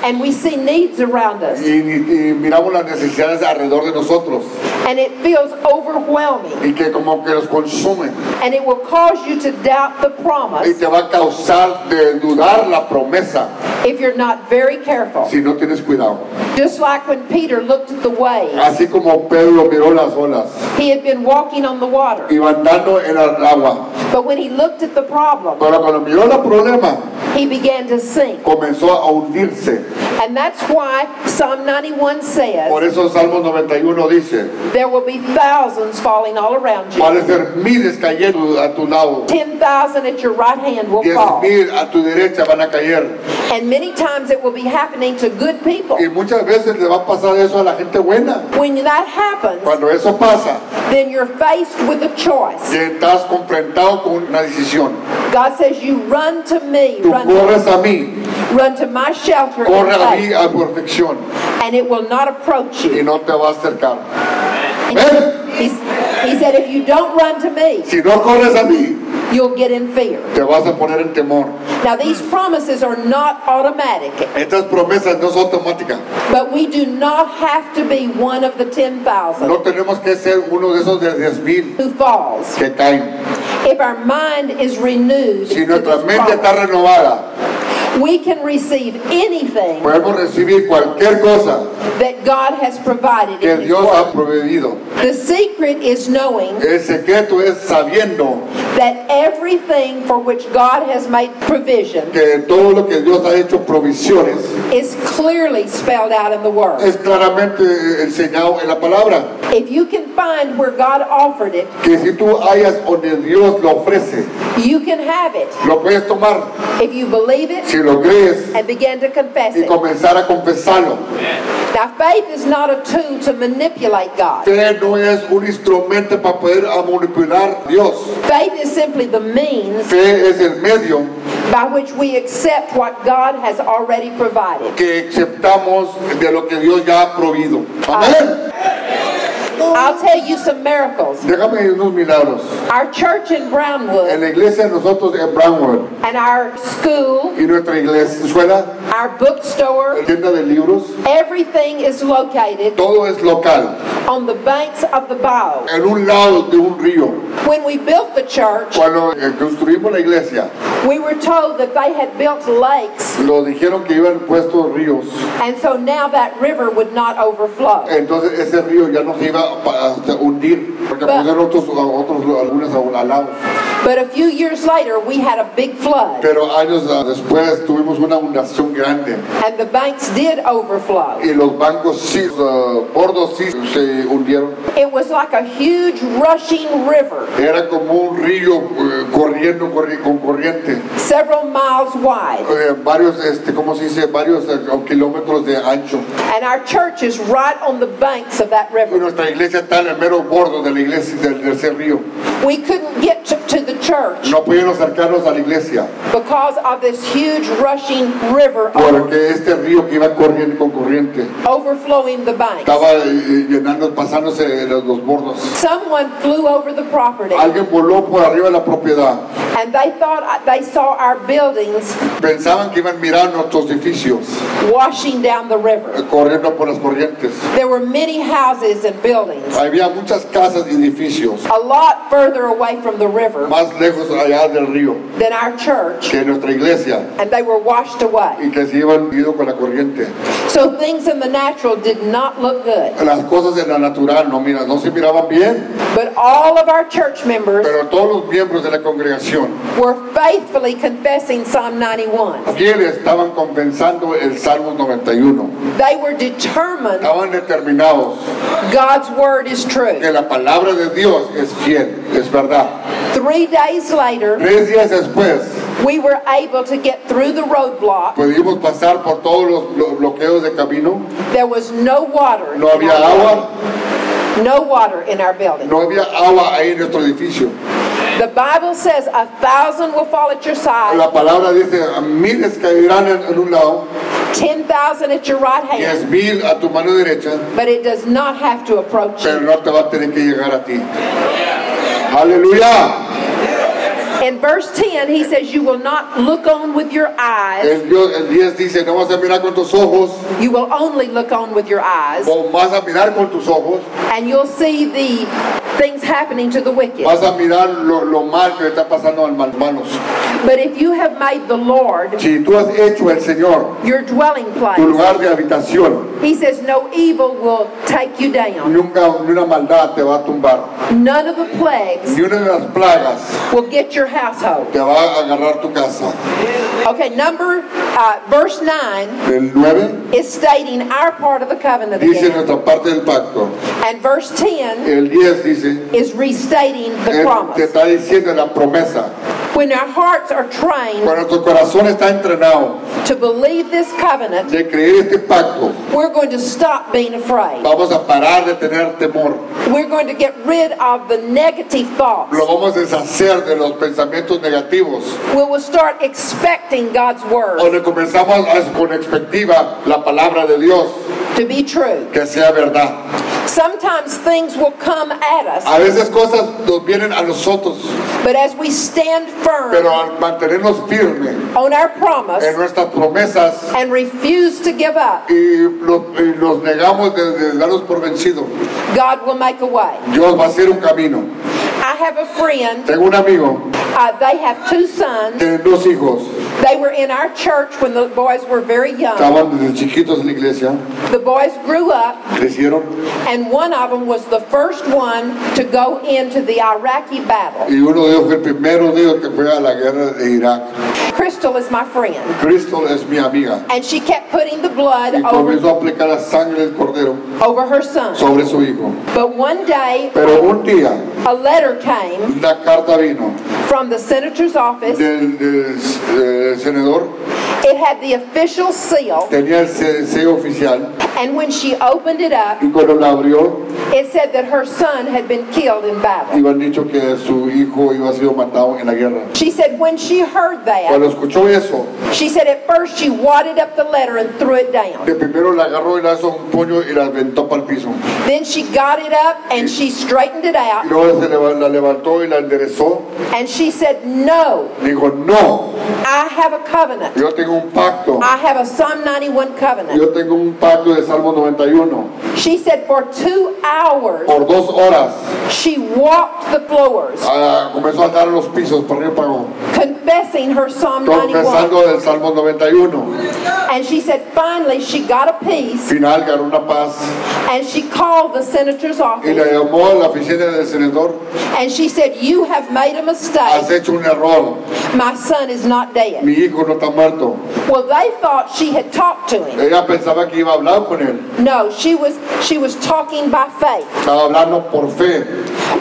S1: and we see needs around
S2: y,
S1: us,
S2: y- y miramos las necesidades alrededor de nosotros
S1: and it feels overwhelming,
S2: y que como que los consumen
S1: and it will cause you to doubt the
S2: y
S1: promise
S2: te va a causar de dudar la promesa
S1: if you're not very careful.
S2: si no tienes cuidado.
S1: Just like when Peter looked at the waves,
S2: Así como Pedro miró las olas
S1: he had been walking on the water.
S2: iba andando en el agua,
S1: But when he looked at the problem,
S2: pero cuando miró el problema
S1: he began to sink.
S2: comenzó a hundirse.
S1: And that's why Psalm 91
S2: Por
S1: says,
S2: eso Salmo 91 dice,
S1: There will be thousands falling all around you.
S2: van a ser miles cayendo a tu lado,
S1: 10,000 at your right hand will
S2: diez
S1: fall.
S2: mil a tu derecha van a caer.
S1: And many times it will be happening to good people.
S2: Y muchas veces le va a pasar eso a la gente buena.
S1: When that happens,
S2: Cuando eso pasa,
S1: then you're faced with a choice.
S2: que estás confrontado con una decisión.
S1: God says, You run to me,
S2: Tú
S1: run,
S2: corres a mí,
S1: run to my shelter,
S2: corre a
S1: and
S2: mí
S1: faith,
S2: a protección
S1: and it will not approach
S2: y
S1: you.
S2: no te va a acercar. Ven,
S1: He's, he said, If you don't run to me,
S2: si no corres a mí,
S1: you'll get in fear.
S2: te vas a poner en temor.
S1: Now, these promises are not automatic,
S2: Estas promesas no son automáticas.
S1: but we do not have to be one of the 10,000
S2: No tenemos que ser uno de esos de 10 mil
S1: who falls.
S2: que caen.
S1: If our mind is renewed, to
S2: Si nuestra
S1: this
S2: mente está
S1: promise,
S2: renovada,
S1: we can receive anything
S2: podemos recibir cualquier cosa
S1: that God has provided.
S2: que
S1: in His
S2: Dios ha
S1: Word.
S2: proveído.
S1: The secret is knowing
S2: El secreto es sabiendo
S1: that everything for which God has made provision
S2: que todo lo que Dios ha hecho provisiones
S1: is clearly spelled out in the Word.
S2: es claramente eh, enseñado en la palabra.
S1: If you can find where God offered it,
S2: Que si tú hayas donde Dios lo ofrece,
S1: you can have it
S2: lo puedes tomar
S1: if you believe it
S2: si lo crees
S1: and begin to confess
S2: y
S1: it.
S2: comenzar a confesarlo.
S1: Now, faith is not a tool to manipulate God.
S2: Usted no es un instrumento para poder a manipular a Dios.
S1: Faith is simply the means
S2: Fe es el medio
S1: by which we accept what God has already provided.
S2: que aceptamos de lo que Dios ya ha provido. Amén.
S1: I'll tell you some miracles.
S2: Déjame ir unos milagros.
S1: Our church in
S2: En
S1: Brownwood
S2: la iglesia de nosotros en Brownwood
S1: and our school,
S2: y nuestra iglesia, escuela,
S1: our bookstore,
S2: tienda de libros,
S1: everything is located
S2: todo es local.
S1: on the banks of the bio.
S2: en un lado de un río.
S1: When we built the church,
S2: Cuando eh, construimos la iglesia,
S1: we were told that they had built lakes,
S2: lo dijeron que iban puestos ríos.
S1: and so now that river would not overflow.
S2: Entonces ese río ya no se iba a a hundir, porque
S1: Va.
S2: pusieron otros, otros algunos a- al lado.
S1: But a few years later, we had a big flood.
S2: Pero años ah, después tuvimos una inundación grande
S1: and the banks did overflow.
S2: y los bancos sí, los eh, bordos sí se hundieron.
S1: It was like a huge rushing river,
S2: Era como un río eh, corriendo, corri- con corriente,
S1: several miles wide.
S2: Eh, varios, este, ¿cómo se dice? Varios eh, kilómetros de ancho.
S1: And our church is right on the banks of that
S2: Y
S1: river.
S2: nuestra iglesia está en el mero bordo de la iglesia del tercer río.
S1: We couldn't get to, to the church
S2: No pudieron acercarnos a la iglesia
S1: because of this huge rushing river
S2: porque este río que iba corriendo con corriente
S1: overflowing the banks.
S2: estaba eh, llenando, pasándose de los, los bordos.
S1: Someone flew over the property
S2: Alguien voló por arriba de la propiedad
S1: And they thought uh, they saw our buildings
S2: Pensaban que iban mirando nuestros edificios,
S1: washing down the river.
S2: eh, corriendo por las corrientes.
S1: There were many houses and buildings
S2: Había muchas casas y edificios
S1: a lot further away from the river
S2: más lejos allá del río
S1: than our church,
S2: que nuestra iglesia
S1: and they were washed away.
S2: y que se iban ido con la corriente.
S1: So things in the natural did not look good.
S2: Las cosas en la natural no, mira, no se miraban bien,
S1: But all of our church members
S2: pero todos los miembros de la congregación,
S1: were faithfully confessing Psalm 91.
S2: quienes estaban compensando el Salmo 91,
S1: They were determined
S2: estaban determinados
S1: God's word is true.
S2: que la palabra de Dios es fiel, es verdad.
S1: Three days later,
S2: Tres días después
S1: we were able to get through the roadblock.
S2: pudimos pasar por todos los blo- bloqueos de camino,
S1: There was no water. in
S2: no había
S1: our
S2: agua,
S1: building. No water in our building.
S2: no había agua ahí en nuestro edificio.
S1: The Bible says a thousand will fall at your side,
S2: La palabra dice, "A miles caerán en, en un lado,
S1: ten thousand at your right hand,
S2: diez mil a tu mano derecha,
S1: but it does not have to approach
S2: pero
S1: you.
S2: no te va a tener que llegar a ti. Aleluya.
S1: In verse 10, he says, You will not look on with your eyes,
S2: El, Dios, el 10 dice, no vas a mirar con tus ojos,
S1: you will only look on with your eyes,
S2: o vas a mirar con tus ojos,
S1: and you'll see the things happening to the wicked.
S2: vas a mirar lo, lo mal que le está pasando a las manos.
S1: But if you have made the Lord
S2: Si tú has hecho el Señor
S1: your dwelling
S2: tu
S1: place,
S2: lugar de habitación,
S1: he says, No evil will take you down,
S2: nunca ni una maldad te va a tumbar,
S1: none of the plagues
S2: ni una de las plagas
S1: will get your household.
S2: te va a agarrar tu casa.
S1: Okay, number, uh, verse 9.
S2: El 9
S1: is stating our part of the covenant
S2: dice
S1: again.
S2: nuestra parte del pacto.
S1: And verse 10
S2: El 10 dice,
S1: is restating the
S2: Él te
S1: promise.
S2: está diciendo la promesa.
S1: When our hearts are trained
S2: Cuando tu corazón está entrenado
S1: to believe this covenant,
S2: de creer este pacto,
S1: we're going to stop being afraid.
S2: vamos a parar de tener temor.
S1: We're going to get rid of the negative thoughts.
S2: Lo vamos a deshacer de los pensamientos negativos.
S1: We will start expecting God's word
S2: Donde comenzamos a- con expectativa la palabra de Dios,
S1: to be true.
S2: que sea verdad.
S1: Sometimes things will come at us,
S2: A veces cosas nos vienen a nosotros,
S1: but as we stand firm
S2: pero al mantenernos firmes
S1: on our promise
S2: en nuestras promesas
S1: and refuse to give up,
S2: y, lo- y nos negamos de, de darnos por vencido,
S1: God will make a way.
S2: Dios va a hacer un camino.
S1: I have a friend
S2: Tengo un amigo,
S1: Uh, they have two sons.
S2: tiene dos hijos.
S1: They were in our church when the boys were very young.
S2: Estaban desde chiquitos en la iglesia,
S1: The boys grew up,
S2: crecieron
S1: and one of them was the first one to go into the Iraqi battle.
S2: y uno de ellos fue el primero de ellos que fue a la guerra de Irak.
S1: Crystal is my friend,
S2: Cristo es mi amiga
S1: and she kept putting the blood
S2: y
S1: over,
S2: comenzó a aplicar la sangre del cordero
S1: over her son.
S2: sobre su hijo.
S1: But one day,
S2: Pero un día
S1: a letter came
S2: una carta vino
S1: from the senator's office.
S2: del, del, eh, senador,
S1: It had the official seal,
S2: tenía el se- sello oficial
S1: and when she opened it up,
S2: y cuando la abrió
S1: it said that her son had been killed in battle.
S2: iban dicho que su hijo iba a ser matado en la guerra.
S1: She said when she heard that,
S2: Cuando escuchó eso,
S1: She said at first she wadded up the letter and threw it down.
S2: de primero la agarró y la hizo un puño y la aventó para el piso.
S1: Then she got it up and she straightened it
S2: Y
S1: out
S2: luego se leva- la levantó y la enderezó.
S1: and she said, No,
S2: Dijo, no,
S1: I have a covenant.
S2: yo tengo un pacto.
S1: I have a Psalm 91 covenant.
S2: Yo tengo un pacto de Salmo 91.
S1: She said for two hours
S2: Por dos horas
S1: she walked the floors
S2: ah, comenzó a andar en los pisos por arriba y para abajo,
S1: confessing her Psalm 91.
S2: confesando del Salmo 91.
S1: And she said finally she got a piece
S2: Final ganó una paz
S1: and she called the senator's
S2: y le
S1: office
S2: llamó a la oficina del senador.
S1: and she said, You have made a
S2: Has
S1: mistake.
S2: hecho un error.
S1: My son is not dead.
S2: Mi hijo no está muerto.
S1: Well, they thought she had talked to him.
S2: Ella pensaba que iba a hablar con él.
S1: No, she was she was talking by faith.
S2: Estaba hablando por fe.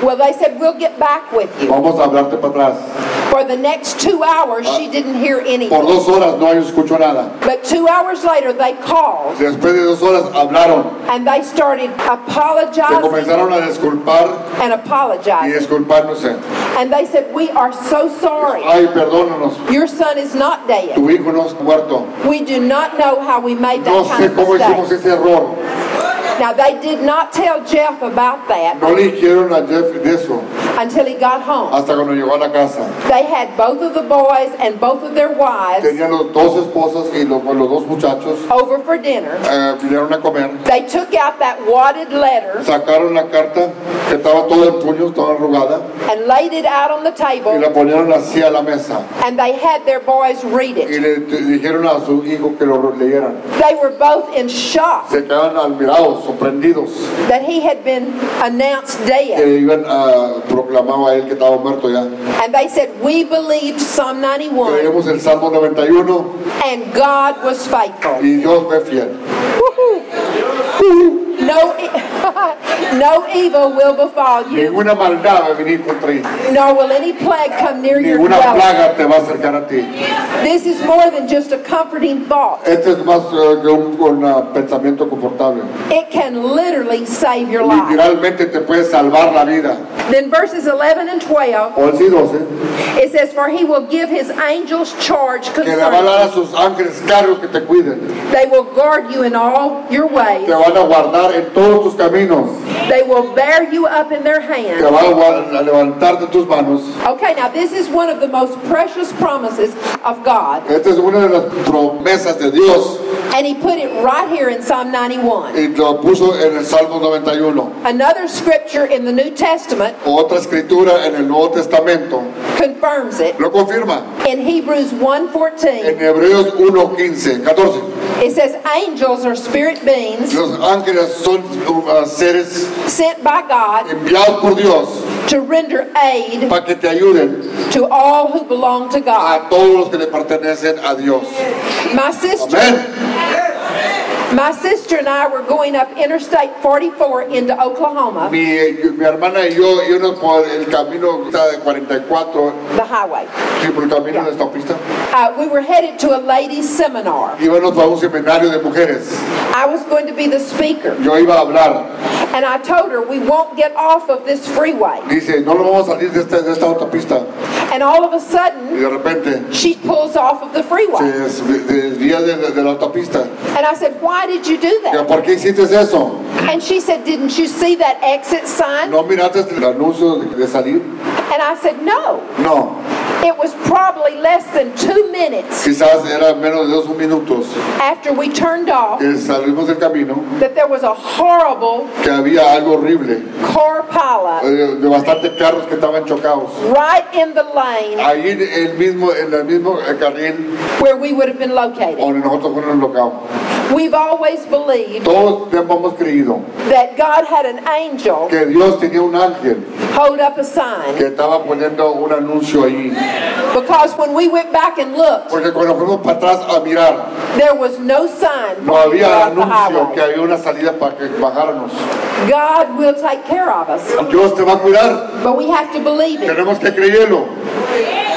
S1: Well, they said we'll get back with you.
S2: Vamos a hablarte para atrás.
S1: For the next two hours, she didn't hear
S2: Por
S1: anything.
S2: dos horas no escuchó nada.
S1: But two hours later, they called
S2: Después de dos horas hablaron.
S1: and they started
S2: Se
S1: apologizing
S2: comenzaron a disculpar
S1: and
S2: y
S1: apologizing.
S2: disculpándose.
S1: And they said, "We are so sorry.
S2: Ay, perdónanos.
S1: Your son is not dead.
S2: Tu hijo no está muerto.
S1: We do not know how we made
S2: No
S1: that
S2: sé
S1: kind of
S2: cómo hicimos
S1: mistake."
S2: ese error.
S1: Now, they did not tell Jeff about that,
S2: No le dijeron a Jeff de eso.
S1: until he got home.
S2: hasta cuando llegó a la casa.
S1: They had both of the boys and both of their wives
S2: Tenían los dos esposas y los, los dos muchachos
S1: over for dinner.
S2: eh, vinieron a comer.
S1: They took out that wadded letter
S2: Sacaron la carta que estaba todo en puños, toda arrugada,
S1: and laid it out on the
S2: y
S1: table,
S2: la ponieron así a la mesa.
S1: and they had their boys read
S2: Y
S1: it.
S2: le t- dijeron a su hijo que lo leyeran.
S1: They were both in shock
S2: Se quedaron admirados, sorprendidos,
S1: that he had been announced
S2: que
S1: dead.
S2: le iban a proclamaba a él que estaba muerto ya.
S1: And they said, We believed Psalm 91,
S2: Leemos el Salmo 91
S1: and God was faithful.
S2: y Dios fue fiel.
S1: No, e- no evil will befall you,
S2: Ninguna maldad va a venir contra ti.
S1: nor will any plague come near your
S2: Ninguna
S1: dwelling.
S2: plaga te va a acercar a ti.
S1: This is more than just a comforting thought.
S2: Este es más eh, que un, un, ah, pensamiento confortable.
S1: It can literally save your life.
S2: Literalmente te puede salvar la vida.
S1: Then verses 11 and 12,
S2: O el sí, 12.
S1: it says, For he will give his angels charge
S2: Que le van a
S1: concerning
S2: dar a sus ángeles cargo que te cuiden.
S1: you. They will guard you in all your ways.
S2: Te van a guardar en todos tus caminos.
S1: They will bear you up in their
S2: Te
S1: hand.
S2: van a, gua- a levantar de tus manos.
S1: Okay, now this is one of the most precious promises of God.
S2: Esta es una de las promesas de Dios.
S1: And he put it right here in Psalm 91.
S2: Y lo puso en el Salmo 91.
S1: Another scripture in the New Testament
S2: Otra escritura en el Nuevo Testamento
S1: confirms it.
S2: lo confirma.
S1: In Hebrews 1:14,
S2: En Hebreos 1, 15, 14.
S1: it says angels are spirit beings
S2: Los ángeles son uh, seres
S1: sent by God
S2: enviados por Dios
S1: to render aid
S2: para que te ayuden
S1: to all who belong to God.
S2: a todos los que le pertenecen a Dios.
S1: My sister,
S2: Amén.
S1: my sister and I were going up Interstate 44 into Oklahoma,
S2: Mi, mi hermana y yo íbamos por el camino de 44,
S1: the highway.
S2: sí, por el camino de esta pista.
S1: Uh, we were headed to a ladies' seminar.
S2: Íbamos para un seminario de mujeres.
S1: I was going to be the speaker,
S2: Yo iba a hablar.
S1: and I told her we won't get off of this freeway.
S2: Dice, no lo vamos a salir de esta, de esta autopista.
S1: And all of a
S2: Y
S1: sudden,
S2: de repente
S1: she pulls off of the
S2: se
S1: freeway.
S2: des- desvía de, de la autopista.
S1: And I said, Why did you do
S2: Digo,
S1: that?
S2: ¿Por qué hiciste eso?
S1: And she said, Didn't you see that exit sign?
S2: ¿No miraste el anuncio de- de salir?
S1: And I said, No.
S2: No.
S1: It was probably less than two minutes
S2: Quizás era menos de dos minutos
S1: after we turned off
S2: que salimos del camino,
S1: that there was a horrible
S2: que había algo horrible,
S1: car pileup
S2: eh, de bastantes carros que estaban chocados.
S1: right in the lane
S2: Ahí en el mismo, en el mismo eh, carril
S1: where we would have been located.
S2: donde nosotros fuimos locados.
S1: We've always believed
S2: Todos tiempo hemos creído
S1: that God had an angel
S2: que Dios tenía un ángel
S1: hold up a sign
S2: que estaba poniendo un anuncio ahí.
S1: because when we went back and looked,
S2: Porque cuando fuimos para atrás a mirar,
S1: there was no sign
S2: no había
S1: across the
S2: anuncio que
S1: highway.
S2: había una salida para que bajáramos.
S1: God will take care of us,
S2: Dios te va a cuidar,
S1: but we have to believe it.
S2: tenemos que creerlo.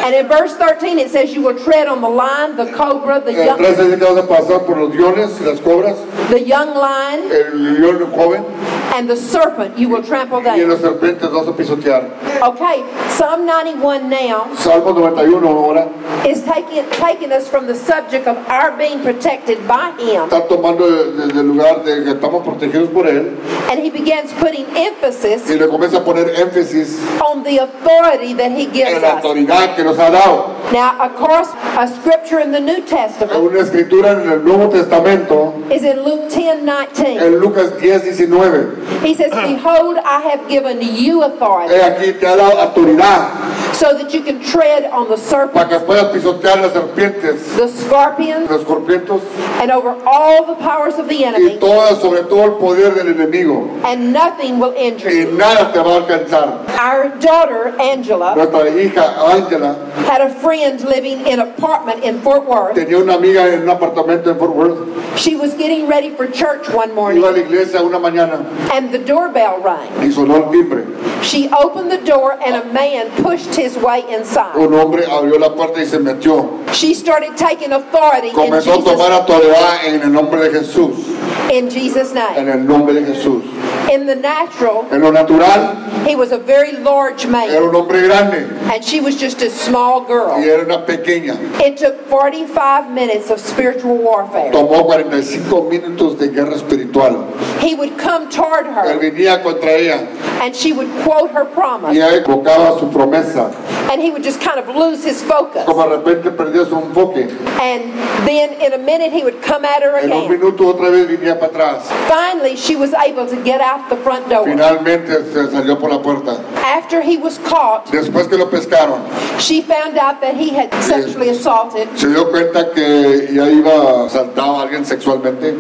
S1: And in verse 13, it says, You will tread on the lion, the cobra, the
S2: El
S1: young,
S2: 13 dice que vas a pasar por los guiones y las cobras,
S1: the young lion,
S2: el león joven
S1: and the serpent you will trample
S2: y en
S1: down.
S2: los serpientes vas a pisotear.
S1: Okay, Psalm 91 now
S2: Salmo 91 ahora
S1: is taking, taking us from the subject of our being protected by him.
S2: está tomando desde el lugar de que estamos protegidos por él
S1: And he begins putting
S2: y
S1: emphasis
S2: le comienza a poner énfasis
S1: on the authority that he
S2: en
S1: gives
S2: la
S1: us.
S2: autoridad que nos ha dado.
S1: Now, of course, a scripture in the New Testament
S2: Una escritura en el Nuevo Testamento,
S1: is in Luke 10 19.
S2: en Lucas 10, 19.
S1: He says, Behold, I have given you authority
S2: He aquí te ha dado autoridad
S1: so that you can tread on the
S2: para
S1: serpent,
S2: que puedas pisotear las serpientes,
S1: the scorpion,
S2: los corpientos
S1: and over all the powers of the
S2: y
S1: enemy,
S2: todas, sobre todo el poder del enemigo.
S1: and nothing will injure
S2: Y
S1: you.
S2: nada te va a alcanzar.
S1: Our daughter Angela
S2: Nuestra hija Ángela
S1: had a friend living in an apartment in Fort Worth.
S2: tenía una amiga en un apartamento en Fort Worth.
S1: She was getting ready for church one
S2: Iba a
S1: morning
S2: la iglesia una mañana
S1: and the doorbell rang.
S2: y sonó el timbre.
S1: She opened the door and a man pushed his way inside.
S2: Un hombre abrió la puerta y se metió.
S1: She started taking authority in
S2: Comenzó a tomar
S1: Jesus,
S2: autoridad en el nombre de Jesús.
S1: in Jesus' name.
S2: En el nombre de Jesús.
S1: In the natural,
S2: En lo natural,
S1: he was a very large
S2: era
S1: man
S2: un hombre grande.
S1: and she was just a small girl. world.
S2: y era una pequeña.
S1: It took 45 minutes of spiritual warfare.
S2: Tomó 45 minutos de guerra espiritual.
S1: He would come toward
S2: Él
S1: her
S2: venía contra ella
S1: and she would quote her
S2: y
S1: promise
S2: ella invocaba su promesa.
S1: and he would just kind of lose his focus.
S2: Como de repente perdió su enfoque.
S1: And then in a minute he would come at her
S2: En un
S1: again.
S2: minuto otra vez venía para atrás.
S1: Finally, she was able to get out the front door.
S2: Finalmente se salió por la puerta.
S1: After he was caught,
S2: Después que lo pescaron,
S1: she found out that he had sexually assaulted
S2: se dio cuenta que ya iba, saltaba a alguien sexualmente.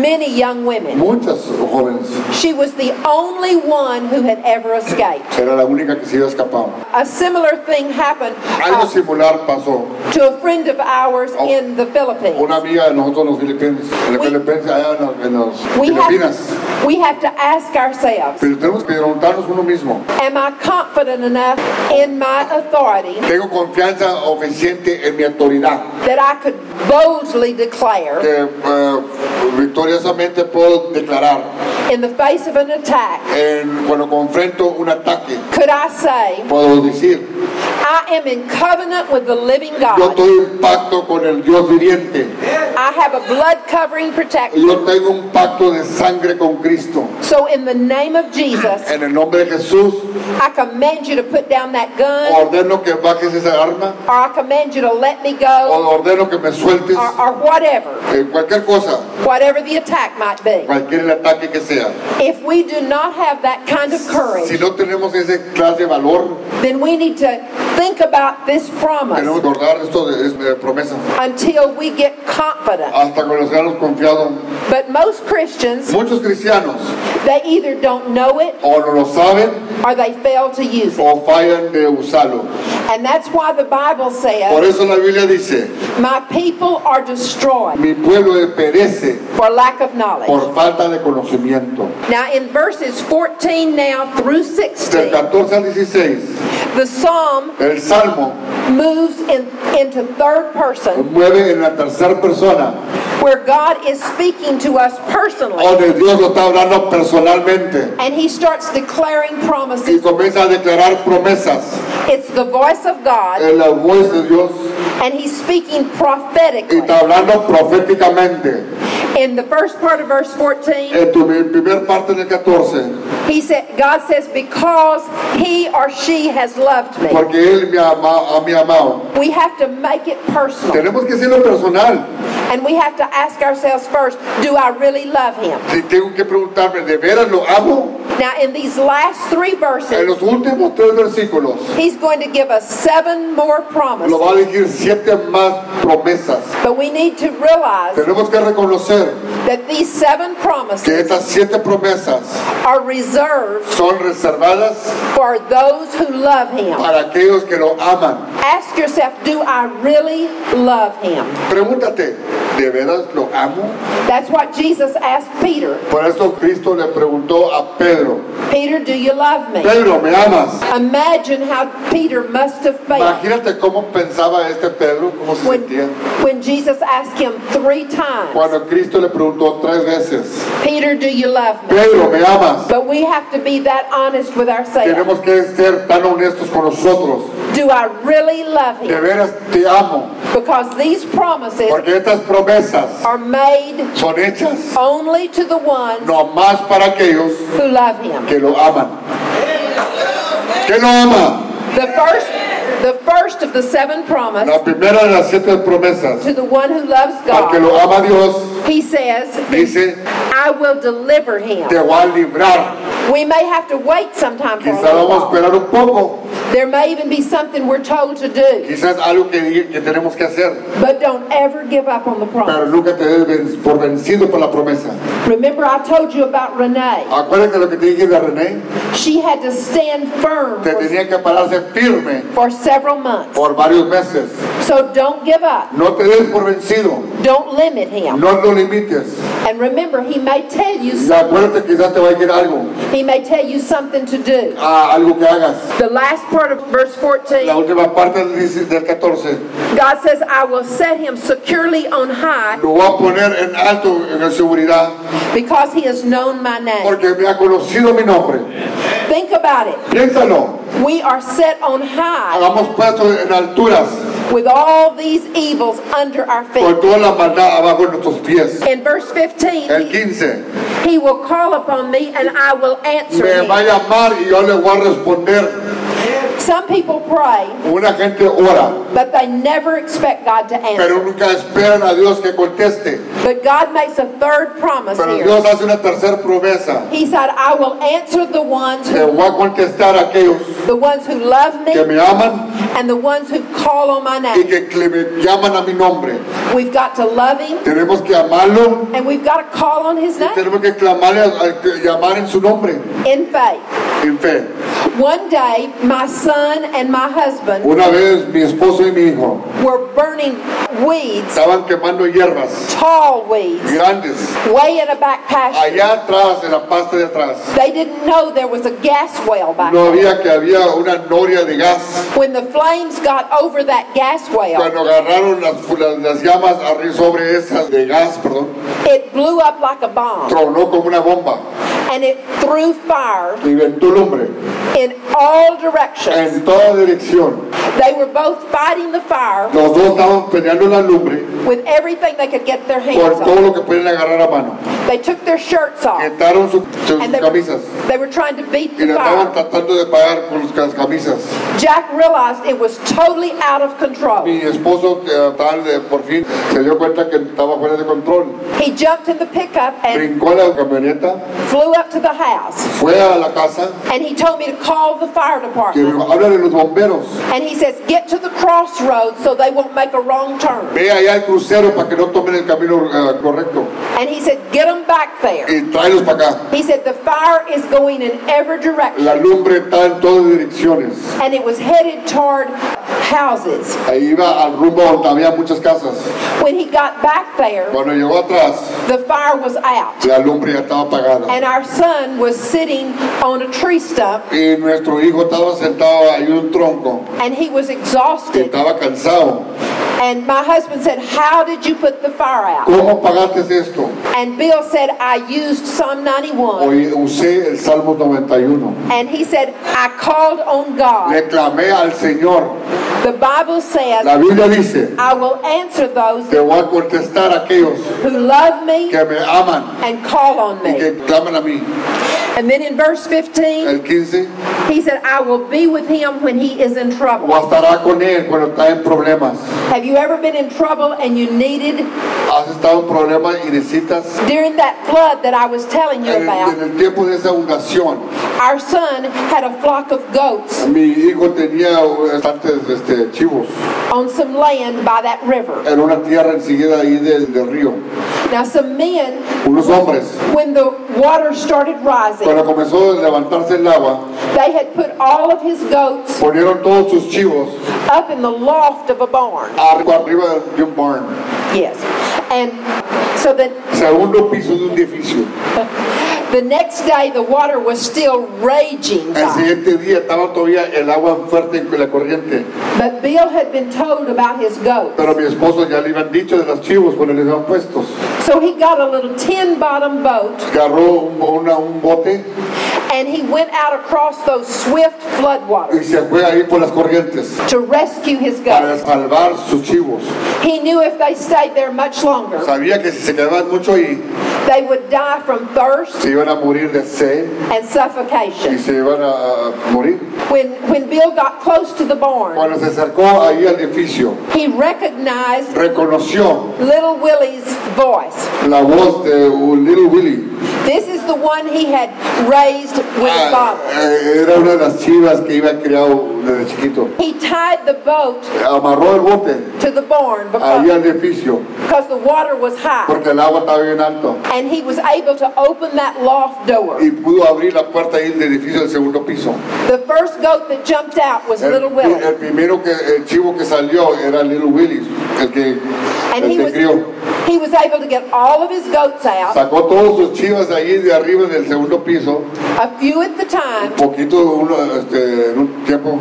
S1: many young women.
S2: Muchas jóvenes.
S1: She was the only one who had ever escaped.
S2: Era la única que se había escapado.
S1: A similar thing happened
S2: Algo
S1: uh,
S2: similar pasó.
S1: to a friend of ours in the Philippines.
S2: Una amiga de nosotros en los Filipinos, en las
S1: We-
S2: Filipinas, allá en los- en los
S1: We
S2: Filipinas.
S1: have, we have to ask ourselves,
S2: Pero tenemos que preguntarnos uno mismo.
S1: am I confident enough in my authority
S2: Tengo confianza oficiente en mi autoridad.
S1: that I could boldly declare
S2: Que eh, victoriosamente puedo declarar.
S1: in the face of an attack,
S2: En- cuando confronto un ataque,
S1: could I say,
S2: puedo decir,
S1: I am in covenant with the living
S2: yo
S1: God.
S2: estoy en pacto con el Dios viviente.
S1: I have a blood covering protection.
S2: Yo tengo un pacto de sangre con Cristo.
S1: So in the name of Jesus,
S2: En el nombre de Jesús,
S1: I command you to put down that gun.
S2: ordeno que bajes esa arma.
S1: or I command you to let me
S2: O
S1: go,
S2: ordeno que me sueltes.
S1: or, or whatever,
S2: eh, cualquier cosa,
S1: whatever the attack might be.
S2: cualquier ataque que sea.
S1: If we do not have that kind of
S2: Si
S1: courage,
S2: no tenemos ese clase de valor,
S1: then we need to think about this
S2: tenemos
S1: promise
S2: que guardar esto de, es- de promesa.
S1: until we get confident.
S2: Hasta que los seamos confiados.
S1: But most Christians,
S2: Muchos cristianos
S1: they either don't know it
S2: o no lo saben
S1: or they fail to use it.
S2: o fallan de usarlo.
S1: And that's why the Bible
S2: Por
S1: says,
S2: eso la Biblia dice,
S1: My people are destroyed
S2: mi pueblo perece
S1: for lack of knowledge.
S2: por falta de conocimiento.
S1: Now, in verses 14 now through
S2: Del
S1: 16,
S2: 14 al 16,
S1: the psalm
S2: el Salmo
S1: moves in, into third person
S2: mueve en la tercera persona,
S1: where God is speaking to us personally
S2: donde Dios lo está hablando personalmente
S1: and he starts declaring
S2: y
S1: promises.
S2: comienza a declarar promesas.
S1: It's the voice of God
S2: en la voz de Dios
S1: and he's speaking
S2: y
S1: prophetically.
S2: está hablando proféticamente.
S1: In the first part of verse 14,
S2: En tu primer parte del 14,
S1: he said God says because he or she has loved me.
S2: porque Él me ama, a mi amado.
S1: We have to make it personal
S2: Tenemos que decirlo personal.
S1: and we have to ask ourselves first, do I really love him?
S2: Si tengo que preguntarme, ¿de veras lo amo?
S1: Now in these last 3
S2: En
S1: verses,
S2: los últimos tres versículos
S1: he's going to give us seven more
S2: lo
S1: promises.
S2: va a decir siete más promesas.
S1: But we need to realize
S2: Tenemos que reconocer
S1: that these seven
S2: que
S1: promises
S2: estas siete promesas
S1: are reserved
S2: son reservadas
S1: for those who love Him.
S2: para aquellos que lo aman.
S1: Ask yourself, do I really love Him?
S2: Pregúntate, ¿de veras lo amo?
S1: That's what Jesus asked Peter.
S2: Por eso Cristo le preguntó a Pedro,
S1: Peter, do you love me?
S2: Pedro, ¿me amas?
S1: Imagine how Peter must have felt
S2: Imagínate cómo pensaba este Pedro, cómo se
S1: when,
S2: sentía.
S1: when Jesus asked him three times,
S2: Cuando Cristo le preguntó tres veces,
S1: Peter, do you love me?
S2: Pedro, ¿me amas?
S1: But we have to be that honest with ourselves.
S2: Tenemos que ser tan honestos con nosotros.
S1: Do I really love
S2: De
S1: him?
S2: veras te amo.
S1: Because these promises
S2: Porque estas promesas
S1: are made
S2: son hechas
S1: only to the ones
S2: nomás para aquellos
S1: who love him.
S2: que lo aman. ¿Qué lo ama?
S1: The first, the first of the seven promises
S2: La primera de las siete promesas.
S1: to the one who loves
S2: Al que
S1: God,
S2: lo ama Dios,
S1: he says,
S2: dice,
S1: I will deliver him.
S2: te va a librar.
S1: We may have to wait sometime for a
S2: Quizás
S1: little
S2: vamos a
S1: while.
S2: esperar un poco.
S1: There may even be something we're told to do,
S2: Quizás algo que, diga- que tenemos que hacer.
S1: but don't ever give up on the
S2: Pero
S1: promise.
S2: nunca te des ven- por vencido por la promesa.
S1: Remember, I told you about Renee.
S2: Acuérdate lo que te dije de René.
S1: She had to stand firm
S2: Te
S1: for,
S2: tenía que pararse firme
S1: for several months.
S2: por varios meses.
S1: So don't give up.
S2: No te des por vencido.
S1: Don't limit him.
S2: No lo limites.
S1: And remember, he may tell you
S2: Y acuérdate que quizás te va a ir algo.
S1: he may tell you something to do.
S2: a- algo que hagas.
S1: The last part of verse 14.
S2: La última parte del dieci- del 14.
S1: God says, I will set him securely on high
S2: Lo voy a poner en alto en la seguridad
S1: because he has known my name.
S2: porque me ha conocido mi nombre.
S1: Think about it.
S2: Piénsalo.
S1: We are set on high
S2: Hagamos puestos en alturas
S1: with all these evils under our
S2: con
S1: feet.
S2: toda la maldad abajo de nuestros pies.
S1: In verse 15,
S2: El
S1: he-
S2: 15.
S1: he will call upon me and I will answer
S2: Me va a
S1: him.
S2: llamar y yo le voy a responder.
S1: Some people pray,
S2: Una gente ora,
S1: but they never expect God to
S2: pero
S1: answer.
S2: nunca esperan a Dios que conteste.
S1: But God makes a third promise
S2: Pero
S1: here.
S2: Dios hace una tercera promesa.
S1: He said, I will answer the ones
S2: Le
S1: who,
S2: voy a contestar a aquellos
S1: the ones who love
S2: que
S1: me
S2: me aman
S1: and the ones who call on my
S2: y
S1: name.
S2: que le- me llaman a mi nombre.
S1: We've got to love him
S2: Tenemos que amarlo,
S1: and we've got to call on his name
S2: tenemos que clamarle, a- a- llamar en su nombre,
S1: in faith.
S2: en fe.
S1: One day, my son and my husband
S2: Una vez mi esposo y mi hijo
S1: were burning weeds,
S2: estaban quemando hierbas
S1: tall weeds,
S2: grandes
S1: way in a back pasture.
S2: allá atrás, en la parte de atrás.
S1: They didn't know there was a gas well back
S2: No
S1: there.
S2: había que había una noria de gas.
S1: When the flames got over that gas well,
S2: Cuando agarraron las, las- las llamas arri- sobre esas de gas, perdón,
S1: it blew up like a bomb
S2: tronó como una bomba
S1: and it threw fire
S2: y ventó lumbre
S1: in all directions.
S2: en toda dirección.
S1: They were both fighting the fire
S2: Los dos estaban peleando la lumbre
S1: with everything they could get their hands
S2: con todo
S1: on.
S2: lo que podían agarrar a mano.
S1: They took their shirts off
S2: Quitaron su- sus
S1: and they
S2: camisas
S1: were, they were trying to beat
S2: y
S1: the
S2: la estaban
S1: fire.
S2: tratando de pagar con las camisas.
S1: Jack realized it was totally out of control.
S2: Mi esposo eh, tarde por fin se dio cuenta que estaba fuera de control.
S1: He jumped in the pickup and
S2: Brincó la camioneta,
S1: flew up to the house.
S2: fue a la casa
S1: And he told me to call the fire
S2: y
S1: department.
S2: habla de los bomberos.
S1: And he says, get to the crossroads so they won't make a wrong turn.
S2: Ve allá al crucero para que no tomen el camino eh, correcto
S1: And he said, get them back there.
S2: y tráelos para acá.
S1: He said, the fire is going in every direction.
S2: La lumbre está en todas direcciones.
S1: And it was headed toward houses.
S2: Ahí iba al rumbo donde había muchas casas.
S1: When he got back there,
S2: Cuando llegó atrás,
S1: the fire was out.
S2: la lumbre ya estaba apagada.
S1: And our son was sitting on a tree stump
S2: Y nuestro hijo estaba sentado ahí en un tronco.
S1: and he was
S2: que
S1: exhausted.
S2: Estaba cansado.
S1: And my husband said, How did you put the fire out?
S2: ¿Cómo pagaste esto?
S1: And Bill said, I used Psalm 91.
S2: Hoy usé el Salmo 91.
S1: And he said, I called on God.
S2: Le clamé al Señor.
S1: The Bible says,
S2: La Biblia dice,
S1: I will answer those
S2: te voy a contestar a aquellos
S1: who love me
S2: que me aman
S1: and call on
S2: y
S1: me.
S2: que claman a mí.
S1: And then in verse 15,
S2: El 15,
S1: he said, I will be with him when he is in trouble.
S2: o estará con él cuando está en problemas.
S1: Have you ever been in trouble and you needed,
S2: Has estado en problemas y necesitas
S1: during that flood that I was telling you
S2: En el, en
S1: about,
S2: el tiempo de esa fundación,
S1: our son had a flock of goats
S2: mi hijo tenía bastantes este, chivos
S1: on some land by that river.
S2: en una tierra enseguida ahí del, del río.
S1: Now, some men,
S2: Unos hombres,
S1: when the water started rising,
S2: cuando comenzó a levantarse el agua,
S1: they had put all of his goats
S2: ponieron todos sus chivos
S1: up in the loft of a barn.
S2: arriba, arriba de un barn,
S1: Yes. And so the,
S2: segundo piso de un edificio.
S1: the next day, the water was still raging.
S2: El
S1: high.
S2: siguiente día estaba todavía el agua fuerte en la corriente,
S1: But Bill had been told about his goat.
S2: pero mi esposo ya le habían dicho de los chivos cuando les habían puestos.
S1: So he got a little tin bottom boat
S2: Agarró un, una- un bote
S1: and he went out across those swift
S2: y
S1: floodwaters
S2: se fue ahí por las corrientes
S1: to rescue his
S2: para
S1: goat.
S2: salvar sus chivos.
S1: He knew if they stayed there much longer,
S2: Sabía que si se quedaban mucho ahí,
S1: they would die from thirst
S2: se iban a morir de sed
S1: and
S2: y
S1: suffocation.
S2: se iban a, a morir.
S1: When, when Bill got close to the barn,
S2: Cuando se acercó ahí al edificio,
S1: he recognized
S2: reconoció
S1: Little Willie's voice.
S2: la voz de un Little Willy.
S1: This is the one he had raised with his
S2: Ah,
S1: father.
S2: eh, era una de las chivas que iba criado desde chiquito.
S1: He tied the boat
S2: Amarró el bote
S1: to the barn
S2: ahí
S1: because,
S2: al edificio
S1: because the water was high.
S2: porque el agua estaba bien alto
S1: And he was able to open that loft door.
S2: y pudo abrir la puerta ahí del edificio del segundo piso.
S1: The first goat that jumped out was
S2: El,
S1: Little Willie.
S2: el primero que el chivo que salió era Little Willy, el que,
S1: And
S2: el
S1: he
S2: que
S1: was,
S2: crió.
S1: he was able to get all of his goats out,
S2: Sacó todos sus chivas de ahí de arriba del segundo piso,
S1: a few at the time,
S2: poquito uno, este, en un tiempo,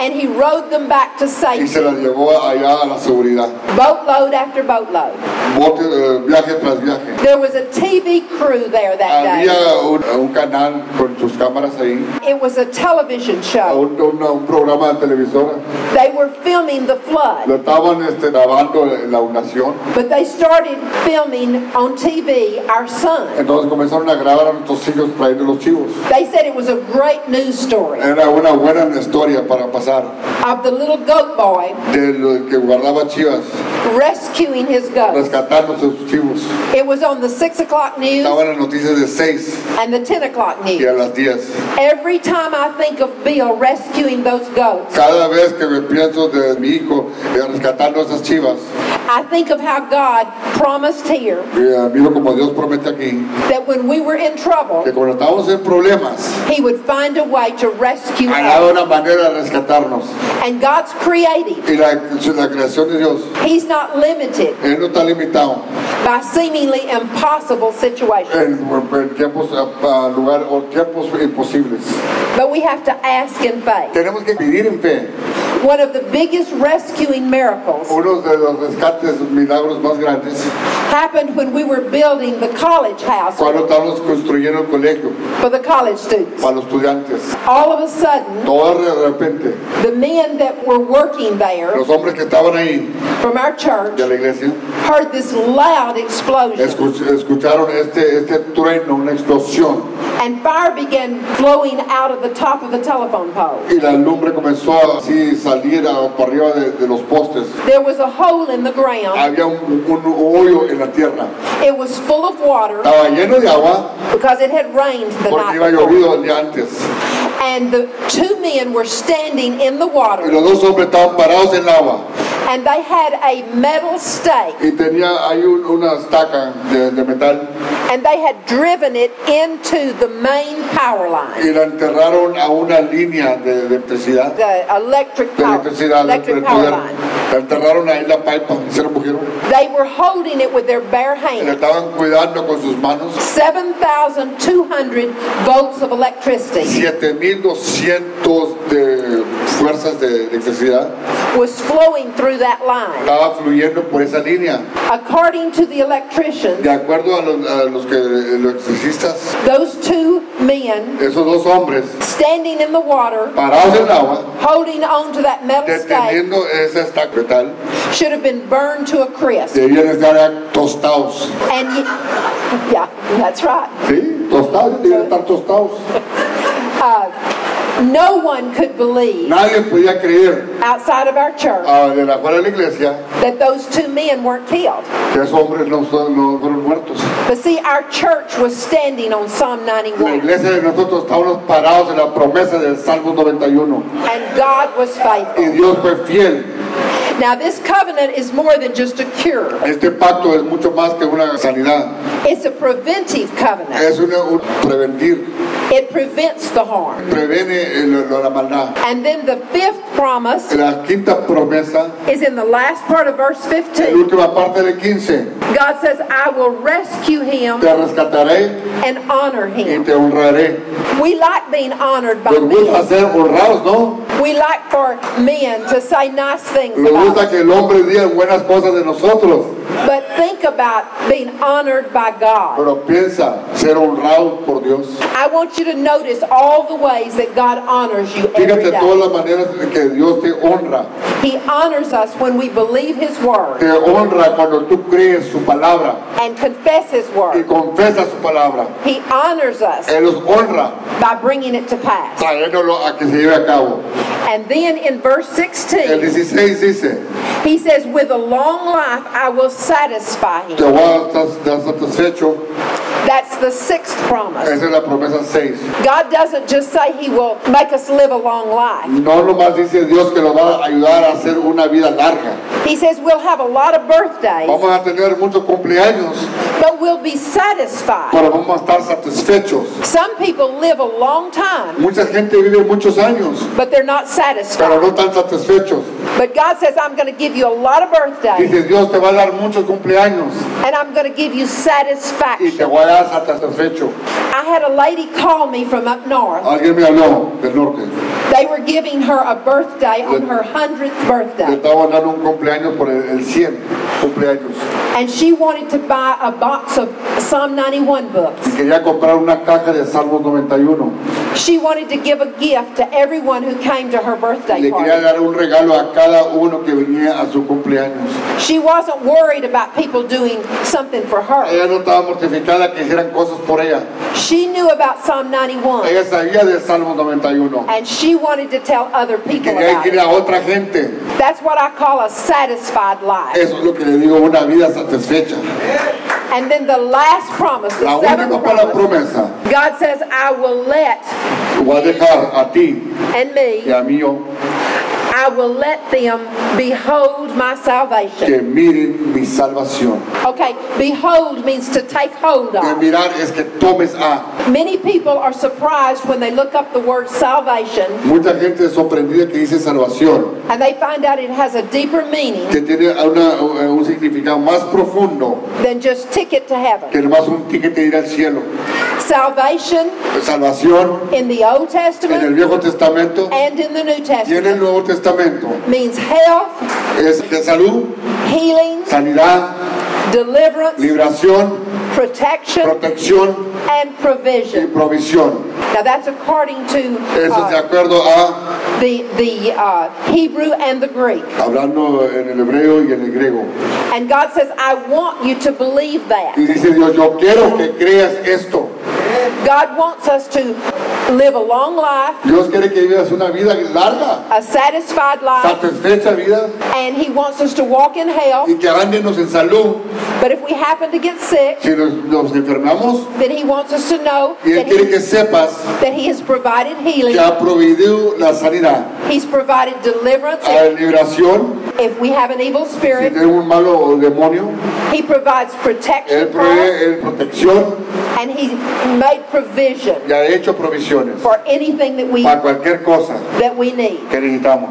S1: and he rode them back to
S2: y se
S1: safety,
S2: las llevó allá a la seguridad.
S1: boatload after boatload.
S2: bote, eh, viaje tras viaje.
S1: There was a TV crew there that day.
S2: Había un, un canal con sus cámaras ahí,
S1: It was a television show.
S2: un, un- un programa de televisora.
S1: They were filming the
S2: Lo
S1: flood,
S2: estaban este, grabando en la unación.
S1: but they started filming on TV our son.
S2: Entonces comenzaron a grabar a nuestros hijos trayendo los chivos.
S1: They said it was a great news story
S2: Era una buena historia para pasar
S1: of the little goat boy
S2: de lo que guardaba chivas,
S1: rescuing his goats.
S2: rescatándose sus chivos.
S1: It was on the 6 o'clock news
S2: Estaban las noticias de 6
S1: and the 10 o'clock
S2: y a
S1: news.
S2: las 10.
S1: Every time I think of Bill rescuing those goats,
S2: Cada vez que me pienso de mi hijo eh, rescatando esas chivas,
S1: I think of how God promised here
S2: eh, miro como Dios promete aquí,
S1: that when we were in trouble,
S2: que cuando estamos en problemas,
S1: He would find a way to rescue
S2: hará
S1: us.
S2: una manera de rescatarnos.
S1: And God's creative.
S2: Y la, la creación de Dios,
S1: He's not limited
S2: Él no está limitado
S1: by seemingly impossible situations.
S2: en, en tiempos, a- a lugar o tiempos imposibles.
S1: But we have to ask in faith.
S2: Tenemos que pedir en fe.
S1: One of the biggest rescuing miracles
S2: Uno de los rescates, milagros más grandes,
S1: happened when we were building the college house
S2: cuando estábamos construyendo el colegio
S1: for the college students.
S2: para los estudiantes.
S1: All of a sudden,
S2: Todo de repente,
S1: the men that were working there
S2: los hombres que estaban ahí
S1: from our church
S2: de la iglesia
S1: heard this loud explosion
S2: escuch- escucharon este, este trueno, una explosión,
S1: and fire began flowing out of the top of the telephone pole.
S2: y la lumbre comenzó a así salir a- para arriba de, de los postes.
S1: There was a hole in the ground.
S2: Había un, un hoyo en la tierra,
S1: It was full of water
S2: estaba lleno de agua
S1: because it had rained the
S2: porque
S1: night
S2: había
S1: before.
S2: llovido el día antes.
S1: And the two men were standing in the
S2: Y
S1: water
S2: los dos hombres estaban parados en el agua
S1: and they had a metal stake
S2: y tenía ahí un- una estaca de- de metal
S1: and they had driven it into the main power line.
S2: y la enterraron a una línea de de electricidad.
S1: The electric
S2: De
S1: power,
S2: electricidad, de
S1: electric power
S2: poder.
S1: line.
S2: La enterraron ahí la pipa, se la pusieron.
S1: They were holding it with their bare
S2: La
S1: hands.
S2: estaban cuidando con sus manos.
S1: 7,200 volts of electricity
S2: 7200 de fuerzas de electricidad
S1: was flowing through that line.
S2: estaba fluyendo por esa línea.
S1: According to the electrician,
S2: De acuerdo a los, a los que los electricistas,
S1: those two men
S2: esos dos hombres
S1: standing in the water,
S2: parados en el agua,
S1: holding on to that metal stake,
S2: deteniendo esa estaca metal,
S1: should have been burned to a crisp.
S2: debían estar tostados.
S1: And ye- yeah, that's right.
S2: Sí, tostados, debían estar tostados.
S1: No one could believe
S2: Nadie podía creer
S1: outside of our church
S2: ah, de la fuera de la iglesia
S1: that those two men weren't killed.
S2: Tres hombres no, son- no fueron muertos.
S1: But see, our church was standing on Psalm
S2: La
S1: 91,
S2: iglesia de nosotros estábamos parados en la promesa del Salmo 91.
S1: and God was
S2: Y
S1: faithful.
S2: Dios fue fiel.
S1: Now, this covenant is more than just a cure,
S2: Este pacto es mucho más que una sanidad.
S1: it's a preventive covenant.
S2: Es una- un prevenir.
S1: It prevents the harm.
S2: Prevene el- lo- la maldad.
S1: And then the fifth promise
S2: La quinta promesa,
S1: is in the last part of verse
S2: la
S1: 15.
S2: última parte del 15.
S1: God says, I will rescue him
S2: Te rescataré
S1: and honor
S2: y
S1: him.
S2: te honraré.
S1: We like being honored by
S2: Nos gusta
S1: men.
S2: ser honrados, ¿no?
S1: We like for men to say nice things
S2: Nos
S1: about
S2: gusta
S1: us.
S2: que el hombre diga buenas cosas de nosotros.
S1: But think about being honored by God.
S2: Pero piensa ser honrado por Dios.
S1: I want you to notice all the ways that God honors you every
S2: Fíjate
S1: day.
S2: todas las maneras en que Dios te honra.
S1: He honors us when we believe His word
S2: Te honra cuando tú crees su palabra
S1: and confess His
S2: y
S1: word.
S2: confesas su palabra.
S1: He honors us
S2: Él los honra
S1: by bringing it to pass.
S2: trayéndolo a que se lleve a cabo.
S1: And then in verse
S2: El
S1: 16,
S2: 16 dice,
S1: He says, With a long life I will satisfy
S2: te
S1: him.
S2: voy a estar estar satisfecho.
S1: That's the sixth
S2: Esa
S1: promise.
S2: es la promesa 6.
S1: God doesn't just say He will make us live a long life.
S2: No nomás dice Dios que nos va a ayudar a hacer una vida larga.
S1: He says we'll have a lot of birthdays,
S2: Vamos a tener muchos cumpleaños,
S1: but we'll be satisfied.
S2: pero vamos a estar satisfechos.
S1: Some people live a long time,
S2: Mucha gente vive muchos años,
S1: but they're not
S2: pero
S1: satisfied.
S2: no están satisfechos.
S1: But God says, I'm going to give you a lot of birthdays,
S2: Dice Dios te va a dar muchos cumpleaños
S1: and I'm going to give you
S2: y te
S1: satisfaction.
S2: voy a dar satisfecho.
S1: I had a lady call me from up north.
S2: Alguien me habló del norte.
S1: They were giving her a birthday on her 100th
S2: Le
S1: birthday.
S2: estaban dando un cumpleaños por el, el 100 cumpleaños.
S1: And she wanted to buy a box of Psalm 91 books.
S2: Y quería comprar una caja de Salmos 91.
S1: She wanted to give a gift to everyone who came to her birthday
S2: Le quería
S1: party.
S2: dar un regalo a cada uno que venía a su cumpleaños.
S1: She wasn't worried about people doing something for her.
S2: Ella no estaba mortificada que hicieran cosas por ella.
S1: She knew about Psalm 91
S2: Ella sabía de Salmos 91.
S1: and she wanted to tell other
S2: Y
S1: people
S2: quería
S1: about
S2: ir
S1: it.
S2: a otra gente.
S1: That's what I call a satisfied life.
S2: Eso es lo que le digo, una vida satisfecha.
S1: And then the last promise,
S2: La
S1: the
S2: única
S1: seventh
S2: para
S1: promise,
S2: promesa.
S1: God says, I will let
S2: Voy a dejar a ti
S1: and
S2: y
S1: me,
S2: a mí yo,
S1: I will let them behold my salvation.
S2: que miren mi salvación.
S1: Okay, behold means to take hold
S2: Que
S1: of.
S2: mirar es que tomes a.
S1: Many people are surprised when they look up the word salvation
S2: Mucha gente es sorprendida que dice salvación,
S1: and they find out it has a deeper meaning
S2: que tiene una- un significado más profundo
S1: than just ticket to heaven.
S2: que nomás un tiquete de ir al cielo.
S1: Salvation
S2: Salvación
S1: in the Old
S2: en el
S1: Testament
S2: Viejo Testamento
S1: and in the New
S2: y en el
S1: Testament
S2: Nuevo Testamento
S1: means health,
S2: es de salud,
S1: healing,
S2: sanidad,
S1: deliverance,
S2: liberación,
S1: protection,
S2: protección
S1: and
S2: y
S1: provision.
S2: provisión.
S1: Now that's according to
S2: Eso es de
S1: uh,
S2: acuerdo a,
S1: the the uh, Hebrew and the Greek.
S2: hablando en el hebreo y en el griego.
S1: And God says, I want you to believe
S2: Y
S1: that.
S2: dice Dios, yo quiero que creas esto.
S1: God wants us to live a long life,
S2: Dios quiere que vivas una vida larga,
S1: a satisfied life,
S2: satisfecha vida
S1: and He wants us to walk in health.
S2: y que andemos en salud.
S1: But if we happen to get sick,
S2: Si nos, nos enfermamos,
S1: then He wants us to know
S2: y Él
S1: that
S2: quiere
S1: He,
S2: que sepas
S1: that he has provided healing,
S2: que ha proveído la sanidad,
S1: He's provided deliverance
S2: a la liberación,
S1: if we have an evil
S2: si
S1: spirit,
S2: tenemos un malo demonio,
S1: He provides
S2: Él
S1: protection for us,
S2: provee Él protección
S1: and He made provision
S2: y ha hecho provisiones
S1: for anything that we
S2: para cualquier cosa
S1: that we need.
S2: que necesitamos.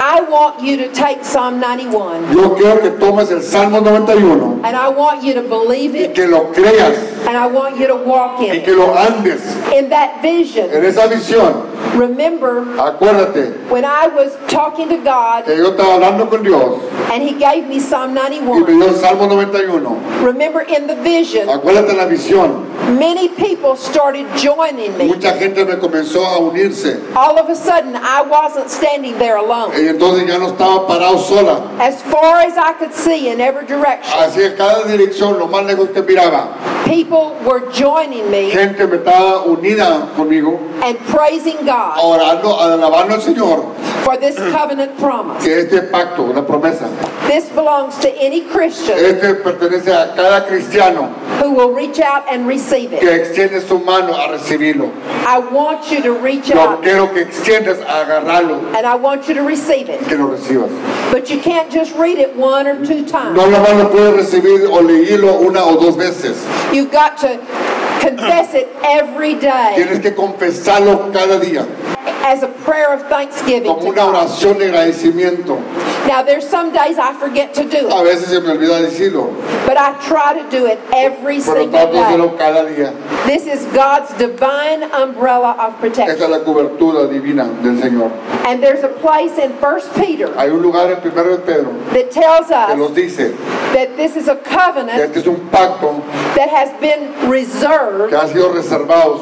S1: I want you to take Psalm 91
S2: Yo quiero que tomes el Salmo 91
S1: and I want you to believe
S2: y
S1: it
S2: que lo creas
S1: and I want you to walk in
S2: y
S1: it.
S2: que lo andes
S1: In that vision,
S2: en esa visión.
S1: remember
S2: Acuérdate
S1: when I was talking to God
S2: que yo estaba hablando con Dios
S1: and He gave me Psalm
S2: y me
S1: 91.
S2: dio el Salmo 91.
S1: Remember in the vision,
S2: Acuérdate la visión.
S1: many people started joining me.
S2: Mucha gente me comenzó a unirse
S1: All of a sudden, I wasn't standing there alone.
S2: y entonces ya no estaba parado sola.
S1: As far as I could see in every direction,
S2: Hacia cada dirección, lo más lejos que miraba,
S1: people were joining me
S2: gente me estaba unida conmigo,
S1: and praising God
S2: orando, alabando al Señor,
S1: for this covenant promise.
S2: que este pacto, una promesa,
S1: This belongs to any Christian
S2: este pertenece a cada cristiano
S1: who will reach out and receive it.
S2: que extiende su mano a recibirlo.
S1: I want you to reach
S2: Yo
S1: out
S2: quiero que extiendas a agarrarlo,
S1: and I want you to receive it.
S2: que lo recibas.
S1: But you can't just read it one or two
S2: No
S1: times.
S2: nomás lo puedes recibir o leerlo una o dos veces.
S1: You've got to confess it every day
S2: Tienes que confesarlo cada día,
S1: as a prayer of thanksgiving
S2: como
S1: to
S2: una
S1: God.
S2: oración de agradecimiento.
S1: Now, there's some days I forget to do
S2: A
S1: it,
S2: veces se me olvida decirlo,
S1: but I try to do it every
S2: pero
S1: single
S2: trato de
S1: day.
S2: hacerlo cada día.
S1: This is God's divine umbrella of
S2: Esta
S1: protection.
S2: es la cobertura divina del Señor.
S1: And there's a place in 1 Peter
S2: Hay un lugar en primero de Pedro
S1: that tells
S2: que
S1: us
S2: nos dice
S1: that this is a
S2: que
S1: covenant
S2: este es un pacto
S1: that has been reserved
S2: que ha sido reservado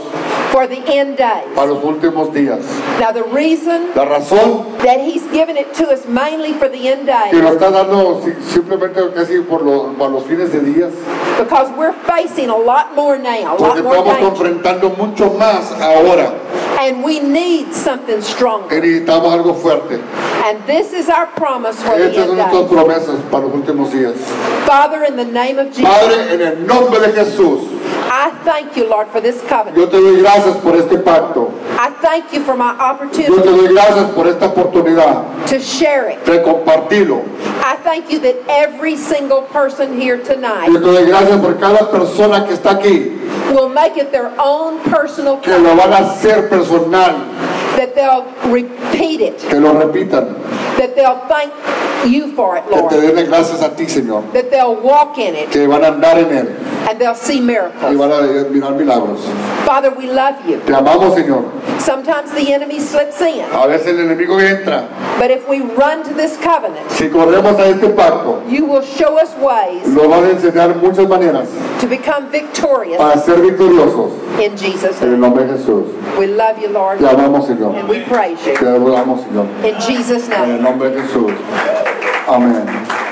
S1: for the end days.
S2: para los últimos días.
S1: Now, the reason
S2: La razón
S1: that he's given it to us mainly for the end
S2: que
S1: days
S2: lo está dando si- simplemente casi por los, para los fines de días,
S1: because we're facing a lot more now, a
S2: porque
S1: lot more
S2: estamos
S1: danger,
S2: confrontando mucho más ahora.
S1: and we need something
S2: que
S1: stronger.
S2: Necesitamos algo fuerte.
S1: And this is our promise for the
S2: Estas
S1: end
S2: son
S1: days.
S2: nuestras promesas para los últimos días.
S1: Father, in the name of Jesus,
S2: Padre, en el nombre de Jesús,
S1: I thank you, Lord, for this covenant.
S2: yo te doy gracias por este pacto.
S1: I thank you for my
S2: Yo te
S1: opportunity
S2: doy gracias por esta oportunidad
S1: to share it.
S2: de compartirlo.
S1: I thank you that every single person here tonight
S2: Yo te doy gracias por cada persona que está aquí,
S1: will make it their own personal
S2: que
S1: covenant,
S2: lo van a hacer personal,
S1: that they'll repeat it,
S2: que lo repitan,
S1: that they'll thank you for it,
S2: que
S1: Lord.
S2: te den las gracias a ti, Señor,
S1: that they'll walk in it,
S2: que van a andar en Él,
S1: and they'll see miracles.
S2: y van a mirar milagros.
S1: Father, we love you.
S2: Te amamos, Señor.
S1: Sometimes the enemy slips in,
S2: A veces el enemigo entra.
S1: but if we run to this covenant,
S2: Si corremos a este pacto,
S1: you will show us ways
S2: nos vas a enseñar muchas maneras
S1: to become victorious
S2: para ser victoriosos.
S1: in Jesus'
S2: En
S1: name.
S2: el nombre de Jesús.
S1: We love you, Lord,
S2: Te amamos, Señor.
S1: and we praise you.
S2: Te adoramos, Señor.
S1: In Jesus'
S2: En
S1: name.
S2: el nombre de Jesús. Amén.